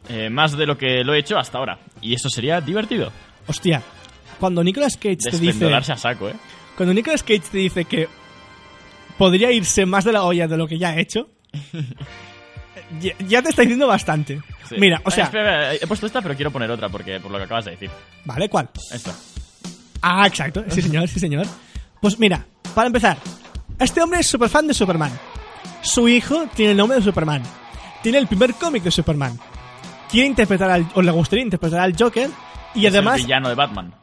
Eh, más de lo que lo he hecho hasta ahora. Y eso sería divertido.
Hostia, cuando Nicolas Cage te dice.
Despendolarse a saco, ¿eh?
Cuando Nicolas Cage te dice que podría irse más de la olla de lo que ya ha hecho, ya, ya te está diciendo bastante.
Sí.
Mira, o
Eh,
sea,
espera, espera, he puesto esta, pero quiero poner otra porque por lo que acabas de decir.
¿vale? ¿Cuál?
Esta.
Ah, exacto, sí señor, sí señor. Pues mira, para empezar, este hombre es súper fan de Superman. Su hijo tiene el nombre de Superman. tiene el primer cómic de Superman. Quiere interpretar al, o le gustaría interpretar al Joker y
Es
además...
el villano de Batman.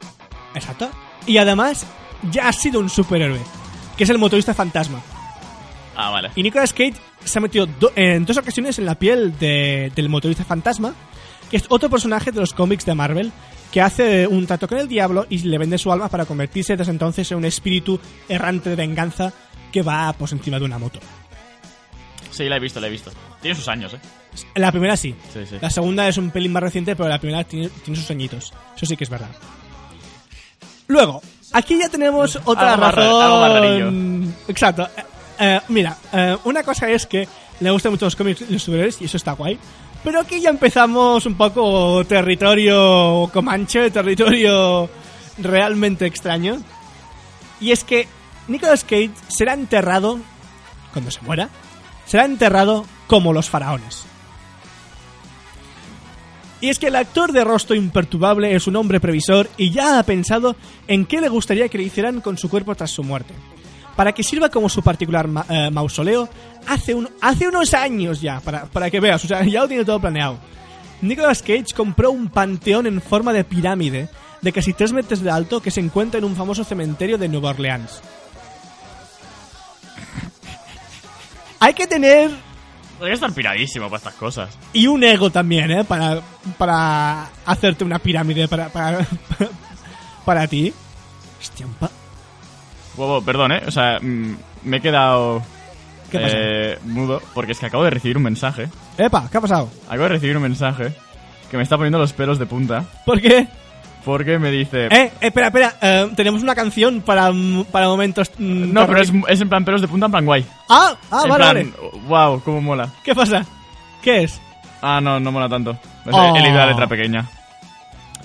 Exacto. Y además ya ha sido un superhéroe, que es el motorista fantasma.
Ah, vale.
Y Nicolas Cage se ha metido do- en dos ocasiones en la piel de- del motorista fantasma, que es otro personaje de los cómics de Marvel, que hace un trato con el diablo y le vende su alma para convertirse desde entonces en un espíritu errante de venganza que va pues encima de una moto.
Sí, la he visto, la he visto. Tiene sus años, ¿eh?
La primera sí.
Sí, sí.
La segunda es un pelín más reciente, pero la primera tiene, tiene sus añitos. Eso sí que es verdad. Luego, aquí ya tenemos otra
Algo más ra-
razón.
algo más rarillo.
Exacto. Eh, eh, mira, eh, una cosa es que le gustan mucho los cómics y los superhéroes y eso está guay. Pero aquí ya empezamos un poco territorio comanche, territorio realmente extraño. Y es que Nicolas Cage será enterrado, cuando se muera, será enterrado como los faraones. Y es que el actor de rostro imperturbable es un hombre previsor y ya ha pensado en qué le gustaría que le hicieran con su cuerpo tras su muerte. Para que sirva como su particular ma- eh, mausoleo, hace, un- hace unos años ya, para, para que veas, o sea, ya lo tiene todo planeado. Nicolas Cage compró un panteón en forma de pirámide de casi 3 metros de alto que se encuentra en un famoso cementerio de Nueva Orleans. Hay que tener
Podría estar piradísimo para estas cosas.
y un ego también, ¿eh? Para, para hacerte una pirámide para, para, para, ti. Hostia, un pa-
Huevo, perdón, ¿eh? O sea, mm, me he quedado
¿Qué pasa?
eh, mudo porque es que acabo de recibir un mensaje.
Epa, ¿qué ha pasado?
Acabo de recibir un mensaje que me está poniendo los pelos de punta
¿Por qué?
Eh. porque me dice...
Eh, eh, espera, espera. eh, tenemos una canción para, mm, para momentos... mm,
No, pero es,
terribles.
es en plan pelos de punta, en plan guay.
Ah, ah,
en
vale,
plan,
vale.
wow, cómo mola.
¿Qué pasa? ¿Qué es?
Ah, no, no mola tanto. No sé,
Oh.
He leído la letra pequeña.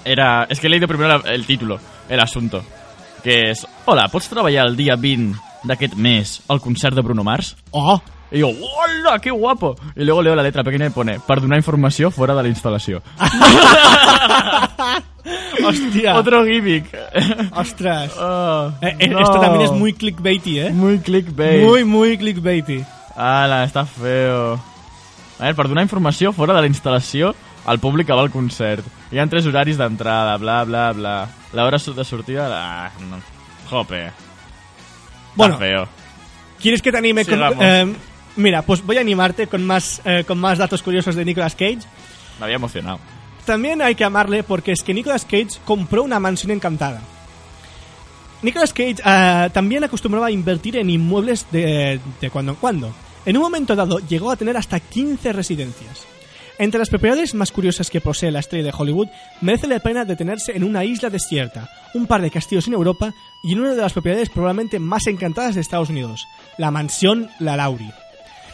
Era... Es que he leído primero la- el título, el asunto. Que és... Hola, pots treballar el dia 20 d'aquest mes al concert de Bruno Mars?
Oh,
Y digo, ¡hola, qué guapo! Y luego leo la letra pequeña y pone, perdonar información fuera de la instalación.
hostia.
Otro gimmick.
Ostras.
Ah,
Eh, eh,
no.
Esto también es muy clickbaity, ¿eh?
Muy clickbait.
Muy, muy clickbaity.
Ala, està feo. A veure, per donar informació fora de la instal·lació al públic que va al concert. Hi ha tres horaris d'entrada, bla, bla, bla. L'hora su- de sortida... La... No. Jope.
Bueno,
Està feo.
¿Quieres que te anime
Sí,
con.?
vamos.
eh, mira, pues voy a animarte con más, eh, con más datos curiosos de Nicolas Cage.
M'havia emocionat.
También hay que amarle porque es que Nicolas Cage compró una mansión encantada. Nicolas Cage ah, también acostumbraba a invertir en inmuebles de, de cuando en cuando. En un momento dado llegó a tener hasta 15 residencias. Entre las propiedades más curiosas que posee la estrella de Hollywood, merece la pena detenerse en una isla desierta, un par de castillos en Europa y en una de las propiedades probablemente más encantadas de Estados Unidos, la mansión La Lauri.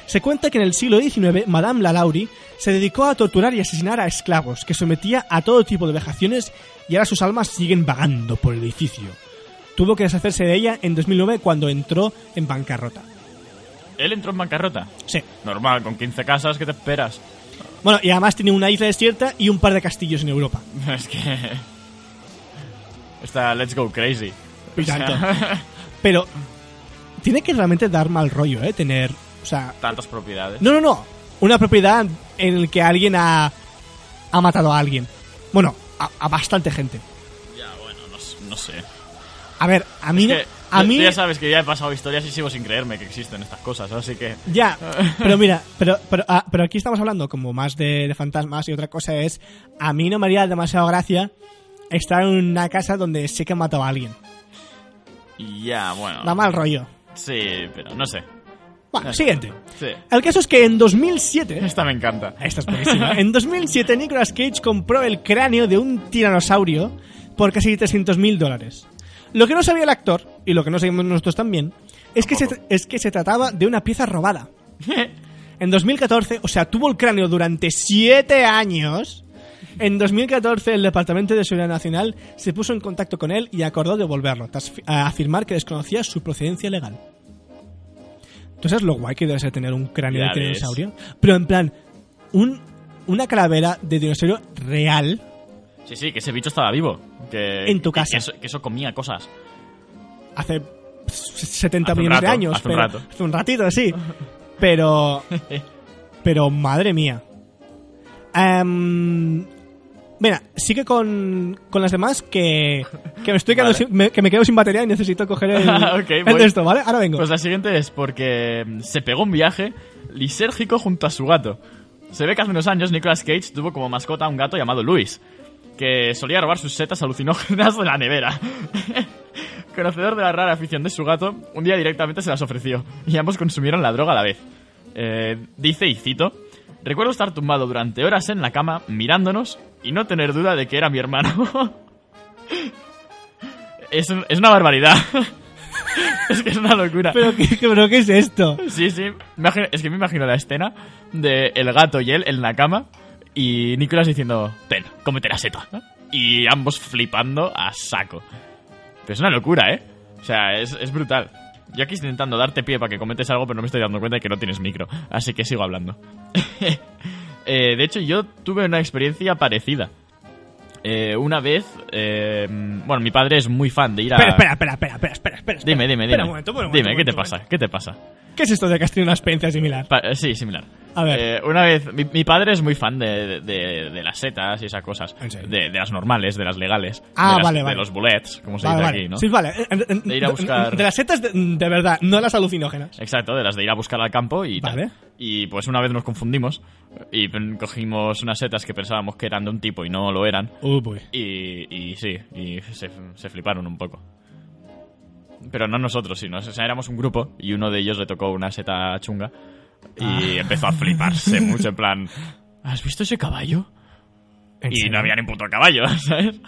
Se cuenta que en el siglo XIX, Madame Lalaurie se dedicó a torturar y asesinar a esclavos, que sometía a todo tipo de vejaciones y ahora sus almas siguen vagando por el edificio. Tuvo que deshacerse de ella en 2009 cuando entró en bancarrota.
Ell entró en bancarrota.
Sí.
Normal, con 15 casas, ¿qué te esperas?
Bueno, y además tiene una isla desierta y un par de castillos en Europa.
Es que... Está let's go crazy.
Y tanto. Pero tiene que realmente dar mal rollo, ¿eh? Tener, o sea,
Tantas propiedades.
No, no, no. Una propiedad en la que alguien ha, ha matado a alguien. Bueno, a, a bastante gente.
Ya, bueno, no, s- no sé.
A ver, a mí... no-
Que
a
tú-
mí
tú ya sabes que ya he pasado historias y sigo sin creerme que existen estas cosas, así que...
Ya, pero mira, pero, pero, ah, pero aquí estamos hablando como más de, de fantasmas y otra cosa es, a mí no me haría demasiado gracia estar en una casa donde sé que han matado a alguien.
Ya, bueno.
Da mal rollo.
Sí, pero no sé.
Bueno, siguiente.
Sí.
El caso es que en 2007...
Esta me encanta.
Esta es buenísima. En 2007 Nicolas Cage compró el cráneo de un tiranosaurio por casi 300.000 dólares. Lo que no sabía el actor, y lo que no sabíamos nosotros también, es que, se, es que se trataba de una pieza robada. En 2014, o sea, tuvo el cráneo durante 7 años. En 2014, el Departamento de Seguridad Nacional se puso en contacto con él y acordó devolverlo, tras fi- a- afirmar que desconocía su procedencia legal. ¿Tú sabes lo guay que debe ser tener un cráneo
Ya
de
ves.
dinosaurio? Pero en plan, un, una calavera de dinosaurio real.
Sí, sí, que ese bicho estaba vivo. Que,
En tu
que-
casa.
Que eso, que eso comía cosas.
hace pss, 70
Hace un
millones de
rato,
años.
hace un
pero-
rato.
Hace un ratito, sí. Pero Pero madre mía. Em, mira, sigue con, con las demás que, que me estoy quedando
Vale.
sin- me- que me quedo sin batería y necesito coger el,
Ok,
el
voy.
de esto, ¿vale? Ahora vengo.
Pues la siguiente es porque mm, se pegó un viaje lisérgico junto a su gato. Se ve que hace unos años Nicolas Cage tuvo como mascota a un gato llamado Luis, que solía robar sus setas alucinógenas de la nevera. Conocedor de la rara afición de su gato, un día directamente se las ofreció y ambos consumieron la droga a la vez. Eh, dice, y cito, recuerdo estar tumbado durante horas en la cama mirándonos y no tener duda de que era mi hermano. es, un- es una barbaridad. es que es una locura.
pero, ¿qué, pero ¿qué es esto?
Sí, sí. Imagino- es que me imagino la escena de el gato y él en la cama y Nicolás diciendo, ten, cómete la seta. Y ambos flipando a saco. Pero es una locura, ¿eh? O sea, es, es brutal. Yo aquí estoy intentando darte pie para que cometes algo, pero no me estoy dando cuenta de que no tienes micro. Así que sigo hablando. Eh, de hecho, yo tuve una experiencia parecida. Eh, una vez... eh, bueno, mi padre es muy fan de ir a...
Espera, espera, espera, espera, espera, espera, espera.
Dime, dime, dime.
Espera un momento, un momento,
dime,
un
¿qué te
momento, un
pasa? ¿Qué te pasa?
momento. ¿Qué es esto de que has tenido una experiencia similar?
Pa- eh, sí, similar.
A ver.
Eh, una vez, mi, mi padre es muy fan de, de- de las setas y esas cosas.
¿En serio?
De, de las normales, de las legales.
Ah,
de las-
vale,
de
vale.
los bullets, como se
vale,
dice
vale.
aquí, ¿no?
Sí, vale. Eh, eh, eh,
De ir a buscar-
de las setas de, de verdad, no las alucinógenas.
Exacto, de las de ir a buscar al campo y tal.
Vale.
Y pues una vez nos confundimos y pen- cogimos unas setas que pensábamos que eran de un tipo y no lo eran.
Uy, uy.
Y, y sí, y se, se fliparon un poco. Pero no nosotros, sino, o sea, éramos un grupo y uno de ellos le tocó una seta chunga y
Ah.
empezó a fliparse mucho, en plan, ¿has visto ese caballo?
¿En
Y
serio?
no había ni un puto caballo, ¿sabes?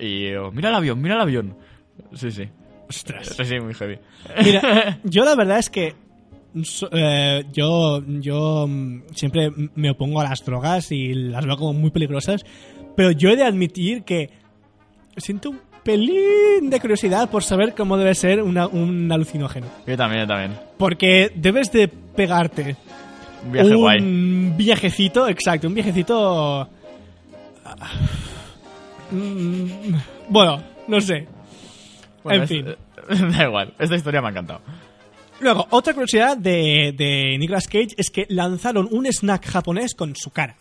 Y yo, mira el avión, mira el avión. Sí, sí.
Ostras.
Sí, sí, muy heavy.
Mira, yo la verdad es que so- eh, yo, yo mm, siempre m- me opongo a las drogas y las veo como muy peligrosas, pero yo he de admitir que siento un pelín de curiosidad por saber cómo debe ser una- un alucinógeno.
Yo también, yo también.
Porque debes de pegarte
Un viaje
un
guay.
viajecito, exacto, un viajecito... ah, mm, Bueno, no sé. en
es-
fin.
da igual, esta historia me ha encantado.
Luego, otra curiosidad de, de Nicolas Cage es que lanzaron un snack japonés con su cara.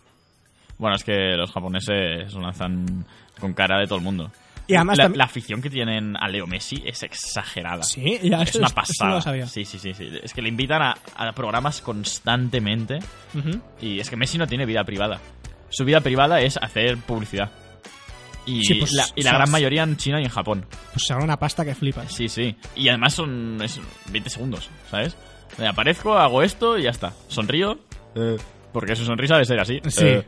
Bueno, es que los japoneses lanzan con cara de todo el mundo.
Y además
la,
también-
la afición que tienen a Leo Messi es exagerada.
Sí, ya,
es
esto- esto
una
no
pasada.
lo sabía.
Sí, sí, sí, sí. Es que le invitan a, a programas constantemente
Ujú.
y es que Messi no tiene vida privada. Su vida privada es hacer publicidad. Y,
Sí, pues,
la, y la
sabes.
gran mayoría en China y en Japón.
Pues será una pasta que flipas.
Sí, sí. Y además son es 20 segundos, ¿sabes? Me aparezco, hago esto y ya está. Sonrío. eh, Porque su sonrisa debe ser así.
Sí.
Eh.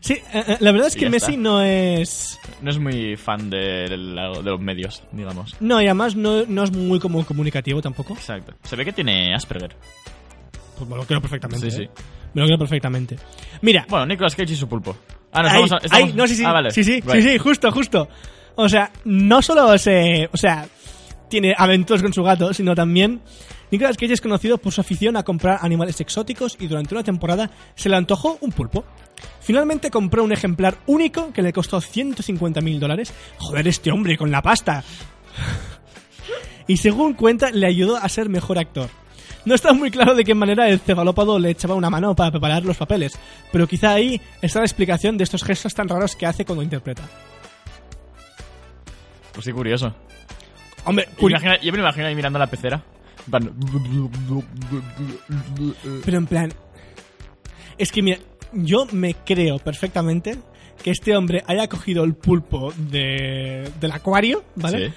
Sí, eh, eh, la verdad es
Y
que
ya
Messi
está.
no es...
no es muy fan de, la- de los medios, digamos.
No, y además no, no es muy como comunicativo tampoco.
Exacto. Se ve que tiene Asperger.
Pues me lo creo perfectamente.
Sí, sí.
¿eh? Me lo creo perfectamente. Mira,
Bueno, Nicolas Cage y su pulpo. Ah, no,
ahí,
estamos, estamos-
ahí, no, sí, sí,
Ah, vale.
sí, sí,
Guay.
sí, sí, justo, justo. O sea, no solo se, o sea, tiene aventuras con su gato, sino también Nicolas Cage es conocido por su afición a comprar animales exóticos y durante una temporada se le antojó un pulpo. Finalmente compró un ejemplar único que le costó 150 mil dólares. Joder, este hombre con la pasta. Y según cuenta, le ayudó a ser mejor actor. No está muy claro de qué manera el cefalópodo le echaba una mano para preparar los papeles, pero quizá ahí está la explicación de estos gestos tan raros que hace cuando interpreta.
Pues qué curioso.
Hombre, curi-
Imagina- yo me lo imagino ahí mirando la pecera. En plan-
pero en plan... Es que mira, yo me creo perfectamente que este hombre haya cogido el pulpo de, del acuario, ¿vale?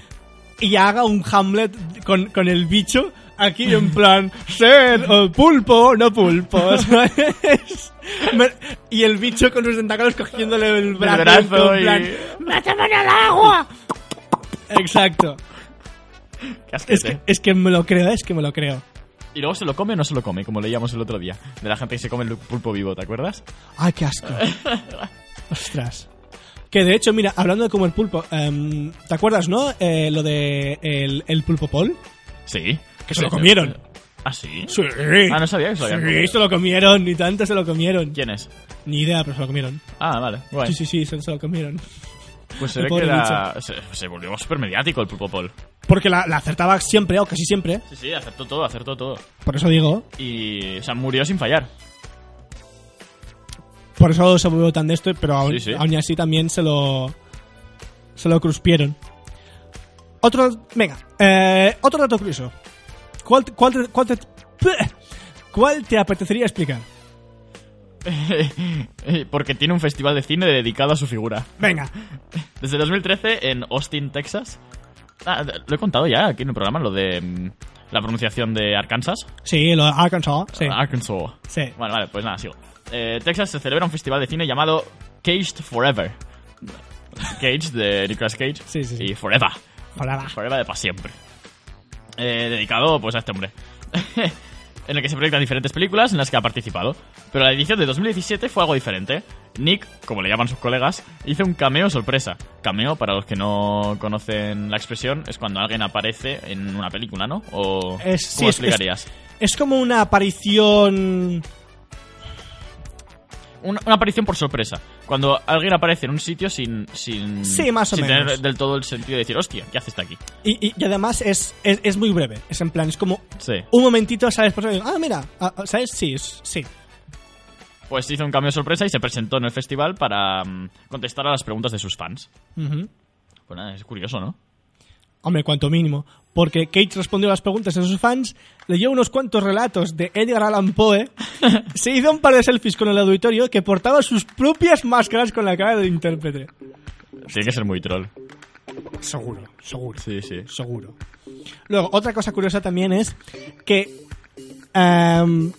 Sí.
y haga un Hamlet con, con el bicho aquí en plan ser o pulpo no pulpo ¿sabes? Me- y el bicho con sus tentáculos cogiéndole el brazo,
brazo
en
y-
plan,
¡Mátame en el agua!
exacto
Qué asquete.
es que, es que me lo creo es que me lo creo
Y luego se lo come o no se lo come, como leíamos el otro día. De la gente que se come el pulpo vivo, ¿te acuerdas?
ay ¡Ah, qué asco ostras que de hecho mira hablando de como el pulpo em, te acuerdas no Eh, lo de el, el pulpo Paul
Sí.
que se lo comieron
¿Ah, sí?
sí
Ah, no sabía que se lo habían
sí
comido.
se lo comieron ni tanto se lo comieron
¿Quién es?
ni idea pero se lo comieron
Ah, vale. Guay.
Sí, sí, sí, se, se lo comieron.
Pues se
El
ve
pobre
que era- se, se volvió súper mediático el Pulpopol.
Porque la, la acertaba siempre, o casi siempre.
Sí, sí, acertó todo, acertó todo.
Por eso digo.
Y, o sea, murió sin fallar.
Por eso se volvió tan de esto, pero aún,
Sí, sí.
aún así también se lo. Se lo cruspieron. Otro. Venga. eh, otro dato curioso. ¿Cuál, te- cuál, te- cuál, te, ¿Cuál te apetecería explicar?
Eh, Porque tiene un festival de cine dedicado a su figura.
Venga.
Desde 2013 en Austin, Texas. Ah, lo he contado ya aquí en el programa, lo de mm, la pronunciación de Arkansas.
Sí, lo ha alcanzado. Sí.
Ah, Arkansas.
Sí.
Bueno, vale, pues nada, sigo. Eh, Texas se celebra un festival de cine llamado Caged Forever. Cage de Nicolas Cage.
Sí, sí, sí.
Y Forever.
Falaba.
Forever Pues de para siempre. Eh, dedicado pues a este hombre. en el que se proyectan diferentes películas en las que ha participado. Pero la edición de 2017 fue algo diferente. Nick, como le llaman sus colegas, hizo un cameo sorpresa. Cameo, para los que no conocen la expresión, es cuando alguien aparece en una película, ¿no? O
Es- sí,
¿cómo
es-
explicarías?
Es como una aparición.
una, una aparición por sorpresa. Cuando alguien aparece en un sitio sin. sin
Sí, más o
sin
menos.
tener del todo el sentido de decir, hostia, ¿qué haces aquí?
Y, y- y además es, es, es muy breve. Es en plan, es como
Sí.
un momentito, ¿sabes? Por eso digo, ah, mira, ah, ah, ¿sabes? Sí, es- sí.
Pues hizo un cambio sorpresa y se presentó en el festival para mm, contestar a las preguntas de sus fans.
Ujú.
Pues nada, es curioso, ¿no?
Hombre, cuanto mínimo. Porque Cage respondió a las preguntas de sus fans, leyó unos cuantos relatos de Edgar Allan Poe, se hizo un par de selfies con el auditorio que portaba sus propias máscaras con la cara del intérprete.
Tiene que ser muy troll.
Seguro, seguro.
Sí, sí.
seguro. Luego, otra cosa curiosa también es que ehm,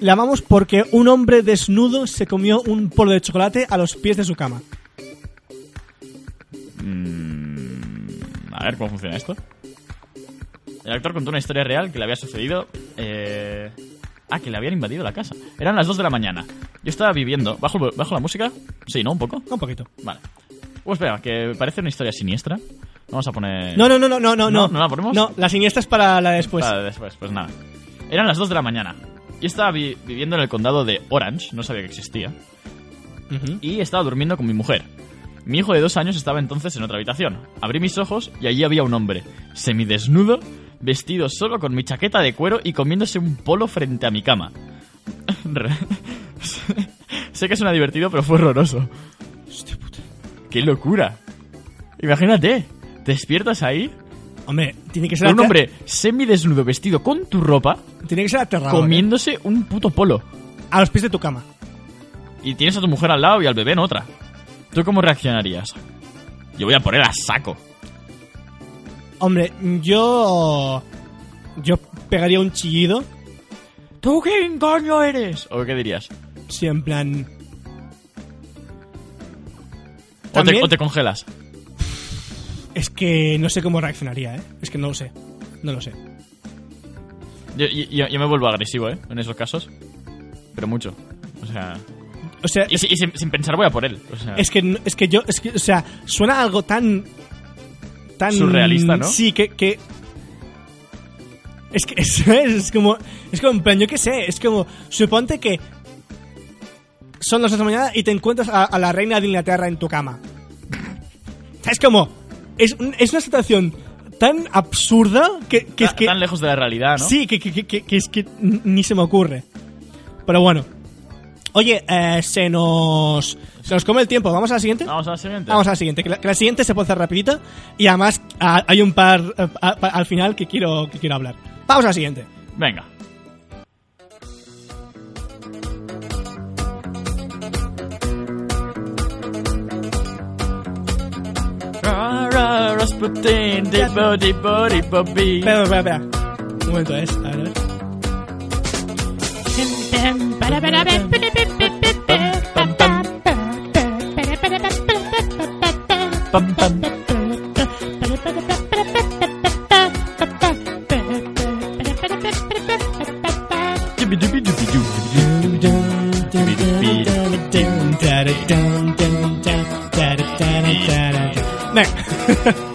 la amamos porque un hombre desnudo se comió un polvo de chocolate a los pies de su cama.
Mm, a ver cómo funciona esto. El actor contó una historia real que le había sucedido. eh, Ah, que le habían invadido la casa. Eran las 2 de la mañana. Yo estaba viviendo. ¿Bajo, el- ¿Bajo la música? Sí, ¿no? Un poco.
Un poquito.
Vale. Pues espera, que parece una historia siniestra. Vamos a poner.
No, no, no, no, no, no.
Eh. No, ¿no la ponemos?
No, la siniestra es para la de después.
Para después, pues nada. Eran las 2 de la mañana. Yo estaba vi- viviendo en el condado de Orange, no sabía que existía.
Ujú.
Y estaba durmiendo con mi mujer. Mi hijo de dos años estaba entonces en otra habitación. Abrí mis ojos y allí había un hombre, semidesnudo, vestido solo con mi chaqueta de cuero y comiéndose un polo frente a mi cama. Re- sé que suena divertido, pero fue horroroso. ¡Qué locura! Imagínate, te despiertas ahí
Hombre, tiene que ser
un
ater-
hombre semidesnudo vestido con tu ropa
Tiene que ser aterrador. ¿eh?
comiéndose un puto polo.
A los pies de tu cama.
Y tienes a tu mujer al lado y al bebé en otra. ¿Tú cómo reaccionarías? Yo voy a poner a saco.
Hombre, yo. Yo pegaría un chillido.
¿Tú quién coño eres? ¿O qué dirías?
Si en plan.
¿O te,
También-
o te congelas?
Es que no sé cómo reaccionaría, ¿eh? Es que no lo sé. No lo sé.
Yo, yo- yo me vuelvo agresivo, ¿eh? En esos casos. Pero mucho. O sea...
O sea,
Y, si- y sin, sin pensar voy a por él. O sea,
es que, no- es que yo, es que, o sea, suena algo tan. tan.
Surrealista, ¿no?
Sí, que. que es que es, es como. Es como en plan, yo qué sé, es como. Suponte que. Son las 2 de la mañana y te encuentras a, a la reina de Inglaterra en tu cama. Es como. Es, un- es una situación tan absurda que, que es
ta-
que.
Tan lejos de la realidad, ¿no?
Sí, que, que- que- que- que es que n- ni se me ocurre. Pero bueno. Oye, eh, se nos. Se nos come el tiempo. ¿Vamos a la siguiente?
Vamos a la siguiente.
Vamos a la siguiente. Que la, que la siguiente se puede hacer rapidita. Y además a- hay un par eh, a- pa- al final que quiero, que quiero hablar. Vamos a la siguiente.
Venga. Ra, ra, Rasputin, dipo, dipo, dipo, bi.
Espera, espera, espera. Un momento, es. A ver, a ver.
Pam, pam. Dubi, dubi, dubi, du, dubi, du, dubi, dubi, du.
Venga.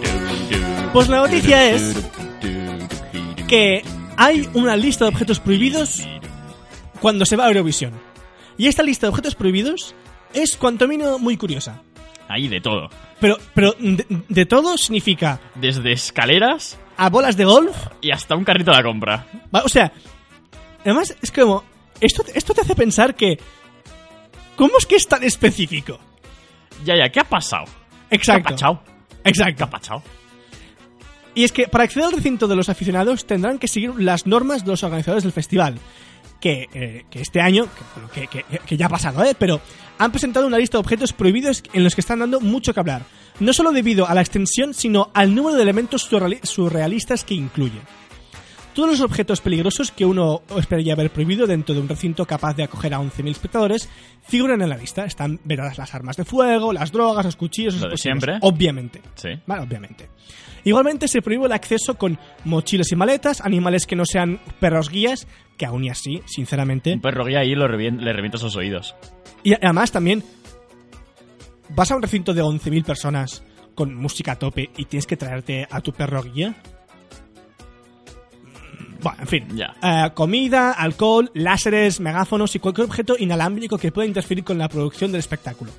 Pues la noticia es que hay una lista de objetos prohibidos cuando se va a Eurovisión. Y esta lista de objetos prohibidos es cuanto mínimo muy curiosa.
Ahí de todo.
Pero, pero de, de todo significa
Desde escaleras
a bolas de golf.
y hasta un carrito de la compra.
va- O sea, además es como. Esto, esto te hace pensar que. ¿Cómo es que es tan específico?
Ya, ya, ¿qué ha pasado?
Exacto.
Capachao.
Exacto.
Capachao.
Y es que para acceder al recinto de los aficionados tendrán que seguir las normas de los organizadores del festival. Que, eh, que este año, que, bueno, que- que- que ya ha pasado, ¿eh? pero han presentado una lista de objetos prohibidos en los que están dando mucho que hablar. No solo debido a la extensión, sino al número de elementos surreali- surrealistas que incluye. Todos los objetos peligrosos que uno esperaría haber prohibido dentro de un recinto capaz de acoger a 11.000 espectadores figuran en la lista. Están vetadas las armas de fuego, las drogas, los cuchillos, los
Lo de
explosivos,
siempre.
Obviamente.
Sí.
Vale, obviamente. Igualmente se prohíbe el acceso con mochilas y maletas, animales que no sean perros guías, que aún y así, sinceramente.
Un perro guía ahí lo revien- le revientas los oídos.
Y además también vas a un recinto de 11.000 personas con música a tope y tienes que traerte a tu perro guía. Mm, Bueno, en fin.
Ya.
Eh, comida, alcohol, láseres, megáfonos y cualquier objeto inalámbrico que pueda interferir con la producción del espectáculo.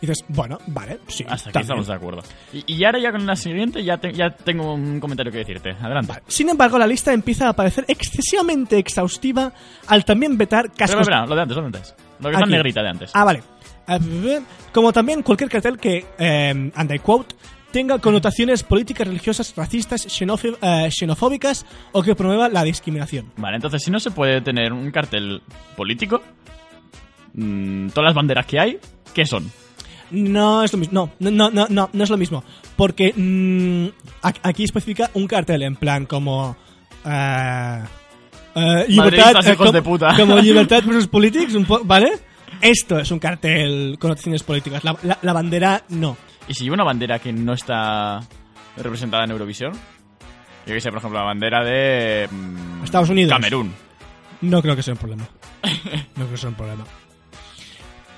Y dices, bueno, vale, sí.
Hasta aquí
también.
estamos de acuerdo. Y, y ahora ya con la siguiente ya, te- ya tengo un comentario que decirte. Adelante.
Vale. Sin embargo, la lista empieza a parecer excesivamente exhaustiva al también vetar
Espera,
cascos.
espera, lo de antes, lo de antes. Lo que está en
Aquí.
negrita de antes.
Ah, vale. Eh, Como también cualquier cartel que, eh, and I quote, tenga connotaciones políticas, religiosas, racistas, xenófi- eh, xenofóbicas o que promueva la discriminación.
Vale, entonces si no se puede tener un cartel político, mm, todas las banderas que hay, ¿qué son?
No es lo mismo. No, no, no, no, no es lo mismo. Porque mm, a- aquí especifica un cartel en plan como. eh, eh, libertad.
Madridistas,
eh,
hijos
com-
de puta.
Como libertad versus politics, un po- ¿vale? Esto es un cartel con opciones políticas. La, la- la bandera no.
Y si lleva una bandera que no está representada en Eurovisión, yo que sé, por ejemplo, la bandera de. mm,
Estados Unidos.
Camerún.
No creo que sea un problema. No creo que sea un problema.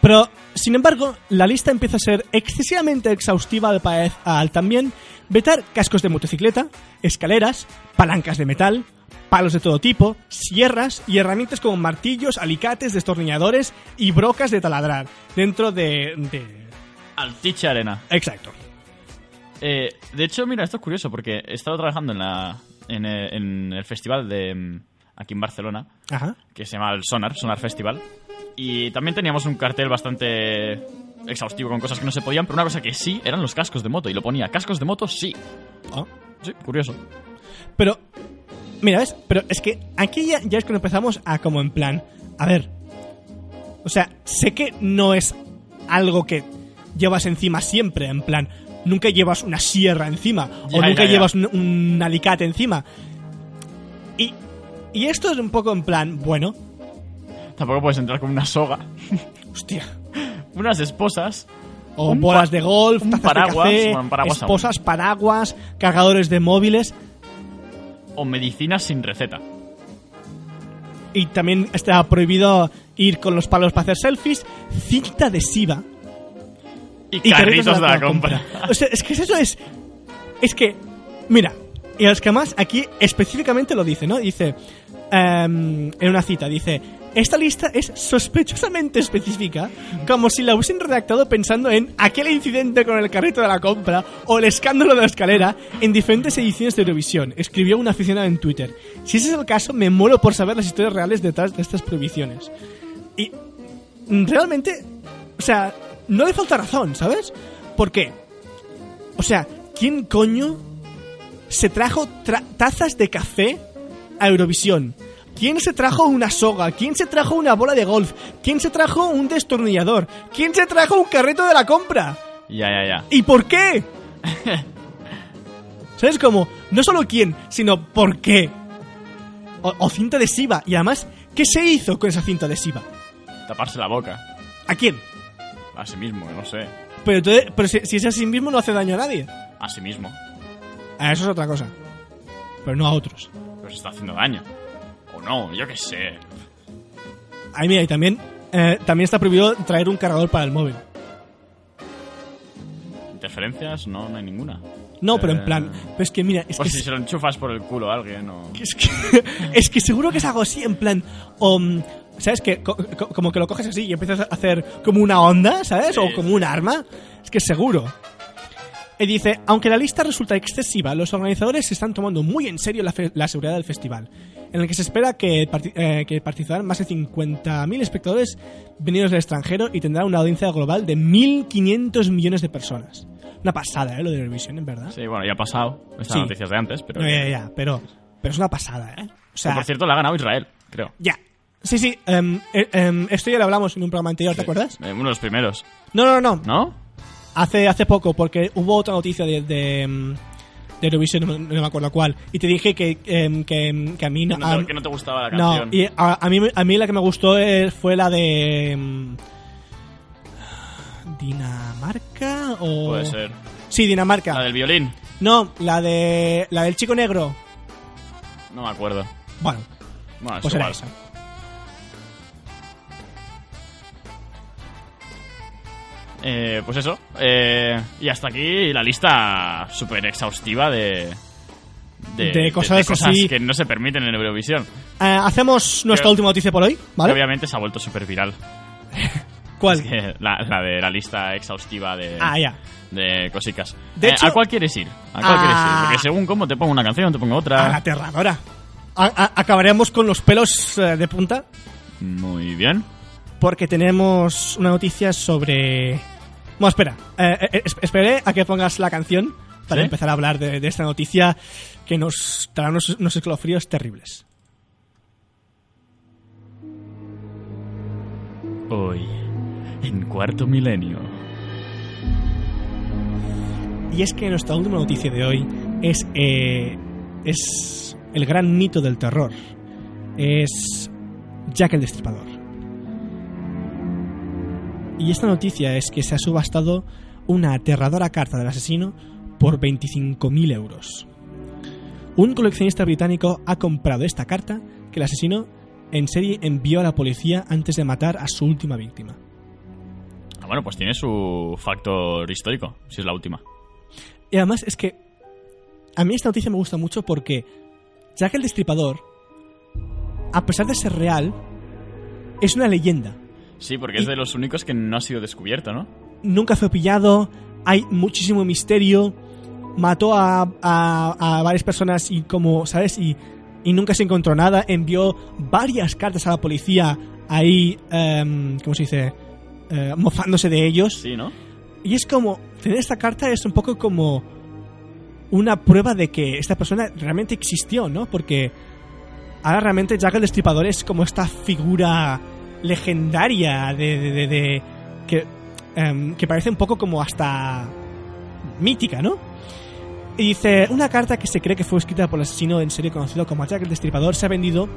Pero, sin embargo, la lista empieza a ser excesivamente exhaustiva al, paez- al también vetar cascos de motocicleta, escaleras, palancas de metal, palos de todo tipo, sierras y herramientas como martillos, alicates, destornilladores y brocas de taladrar dentro de... de-
Altiche Arena.
Exacto.
Eh, de hecho, mira, esto es curioso porque he estado trabajando en, la, en, eh, en el festival de. mm, aquí en Barcelona,
Ajá.
que se llama el Sonar, Sonar Festival. Y también teníamos un cartel bastante exhaustivo con cosas que no se podían, pero una cosa que sí eran los cascos de moto. Y lo ponía, cascos de moto sí.
Ah.
Sí, curioso.
Pero, mira, ¿ves? Pero es que aquí ya, ya es cuando empezamos a como en plan, a ver, o sea, sé que no es algo que llevas encima siempre, en plan, nunca llevas una sierra encima,
Ya,
o nunca
ya, ya.
llevas un, un alicate encima. Y, y esto es un poco en plan, bueno,
Tampoco puedes entrar con una soga,
hostia,
unas esposas.
o
Un
bolas
pa-
de golf,
un
tazas
paraguas,
de café,
bueno, paraguas aún.
esposas, paraguas, cargadores de móviles,
o medicinas sin receta.
Y también está prohibido ir con los palos para hacer selfies, cinta adhesiva
Y,
y
carritos de la, compra.
compra. O sea, es que eso es. Es que. Mira, y es que más aquí específicamente lo dice, ¿no? Dice. em, en una cita, dice. Esta lista es sospechosamente específica, como si la hubiesen redactado pensando en aquel incidente con el carrito de la compra o el escándalo de la escalera en diferentes ediciones de Eurovisión, escribió un aficionado en Twitter. Si ese es el caso, me muero por saber las historias reales detrás de estas prohibiciones. Y mm, realmente, o sea, no le falta razón, ¿sabes? ¿Por qué? O sea, ¿quién coño se trajo tra- tazas de café a Eurovisión? ¿Quién se trajo una soga? ¿Quién se trajo una bola de golf? ¿Quién se trajo un destornillador? ¿Quién se trajo un carrito de la compra?
Ya, ya, ya.
¿Y por qué? ¿Sabes cómo? No solo quién, sino por qué. O, o cinta adhesiva. Y además, ¿qué se hizo con esa cinta adhesiva?
Taparse la boca.
¿A quién?
A sí mismo, no sé.
Pero, entonces- pero si, si es a sí mismo no hace daño a nadie.
A sí mismo.
Ah, eso es otra cosa. Pero no a otros.
Pero se Pues está haciendo daño. O no, yo qué sé.
Ahí mira, y también, eh, también está prohibido traer un cargador para el móvil.
Interferencias, no, no hay ninguna.
No, pero
Eh,
en plan, pero es que mira, es
Por
que,
si se lo enchufas por el culo a alguien o...
es, que, es que seguro que es algo así, en plan, o, mm, ¿Sabes? Que co- co- como que lo coges así y empiezas a hacer como una onda, ¿sabes?
Sí.
O como un arma. Es que es seguro. Y dice, aunque la lista resulta excesiva, los organizadores se están tomando muy en serio la, fe- la seguridad del festival, en el que se espera que, parti- eh, que participarán más de 50.000 espectadores venidos del extranjero y tendrá una audiencia global de 1.500 millones de personas. Una pasada, ¿eh? Lo de Eurovisión, en verdad.
Sí, bueno, ya ha pasado. Estas
Sí.
noticias de antes, pero.
No, ya, ya, ya, pero, pero es una pasada, ¿eh? O
Que,
sea,
por cierto, la ha ganado Israel, creo.
ya. Sí, sí, em, eh, em, esto ya lo hablamos en un programa anterior, ¿te acuerdas?
Eh, uno de los primeros,
No, no, no,
¿no?
Hace, hace poco, porque hubo otra noticia de, de, em, de Eurovisión, no, no me acuerdo cuál, y te dije que, em, que, em, que a mí... no-
Que no, te,
a-
que no te gustaba la
no,
canción.
y a, a mí, a mí la que me gustó eh, fue la de... em, ¿Dinamarca o...?
Puede ser.
Sí, Dinamarca.
La del violín.
No, la de... La del chico negro.
No me acuerdo.
Bueno,
Bueno, es
pues era
igual.
esa.
Eh, pues eso. Eh, y hasta aquí la lista súper exhaustiva de.
De cosas así.
que no se permiten en Eurovisión.
Eh, hacemos nuestra
Creo-
última noticia por hoy,
Que
¿vale?
obviamente se ha vuelto súper viral.
¿Cuál?
La, la de la lista exhaustiva de,
Ah, ya.
de cositas.
De
Eh,
hecho-
¿A cuál quieres ir? ¿A cuál
Ah.
quieres ir? Porque según cómo te pongo una canción, te pongo
A la
otra.
aterradora. A- a- acabaremos con los pelos eh, de punta
Muy bien.
porque tenemos una noticia sobre... Bueno, espera. Eh, eh, es- esperé a que pongas la canción para
¿Sí?
empezar a hablar de, de esta noticia que nos trae unos, unos escalofríos terribles.
Hoy, en cuarto milenio.
Y es que nuestra última noticia de hoy es, eh, es el gran mito del terror. Es Jack el Destripador. Y esta noticia es que se ha subastado una aterradora carta del asesino por 25.000 euros. Un coleccionista británico ha comprado esta carta que el asesino en serie envió a la policía antes de matar a su última víctima.
Ah, bueno, pues tiene su factor histórico, si es la última.
Y además es que a mí esta noticia me gusta mucho porque Jack el Destripador, a pesar de ser real, es una leyenda.
Sí, porque
Y-
es de los únicos que no ha sido descubierto, ¿no?
Nunca fue pillado, hay muchísimo misterio, mató a, a- a varias personas y como, ¿sabes? Y, y nunca se encontró nada, envió varias cartas a la policía ahí, em, ¿cómo se dice? Eh, mofándose de ellos.
Sí, ¿no?
Y es como, tener esta carta es un poco como una prueba de que esta persona realmente existió, ¿no? Porque ahora realmente Jack el Destripador es como esta figura legendaria de... de- de- de- que, em, que parece un poco como hasta mítica, ¿no? Y dice, una carta que se cree que fue escrita por el asesino en serie conocido como Jack el Destripador se ha vendido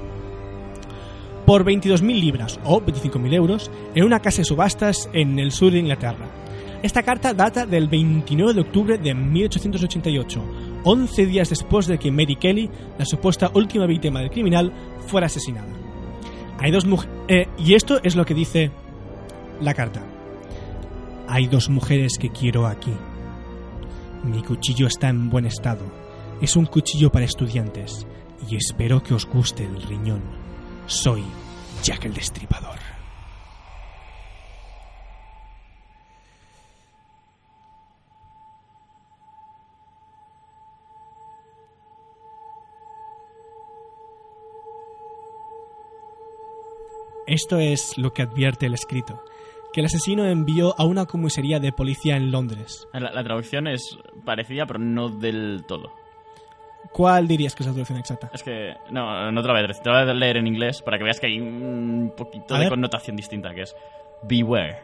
por 22.000 libras o 25.000 euros en una casa de subastas en el sur de Inglaterra. Esta carta data del 29 de octubre de 1888, 11 días después de que Mary Kelly, la supuesta última víctima del criminal, fuera asesinada. Hay dos muj- eh, y esto es lo que dice la carta. Hay dos mujeres que quiero aquí. Mi cuchillo está en buen estado. Es un cuchillo para estudiantes y espero que os guste el riñón. Soy Jack el Destripador. Esto es lo que advierte el escrito, que el asesino envió a una comisaría de policía en Londres.
La, la traducción es parecida, pero no del todo.
¿Cuál dirías que es la traducción exacta?
Es que, no, no te la voy a traducir, te la voy a leer en inglés para que veas que hay un poquito
A
de
ver.
connotación distinta, que es Beware,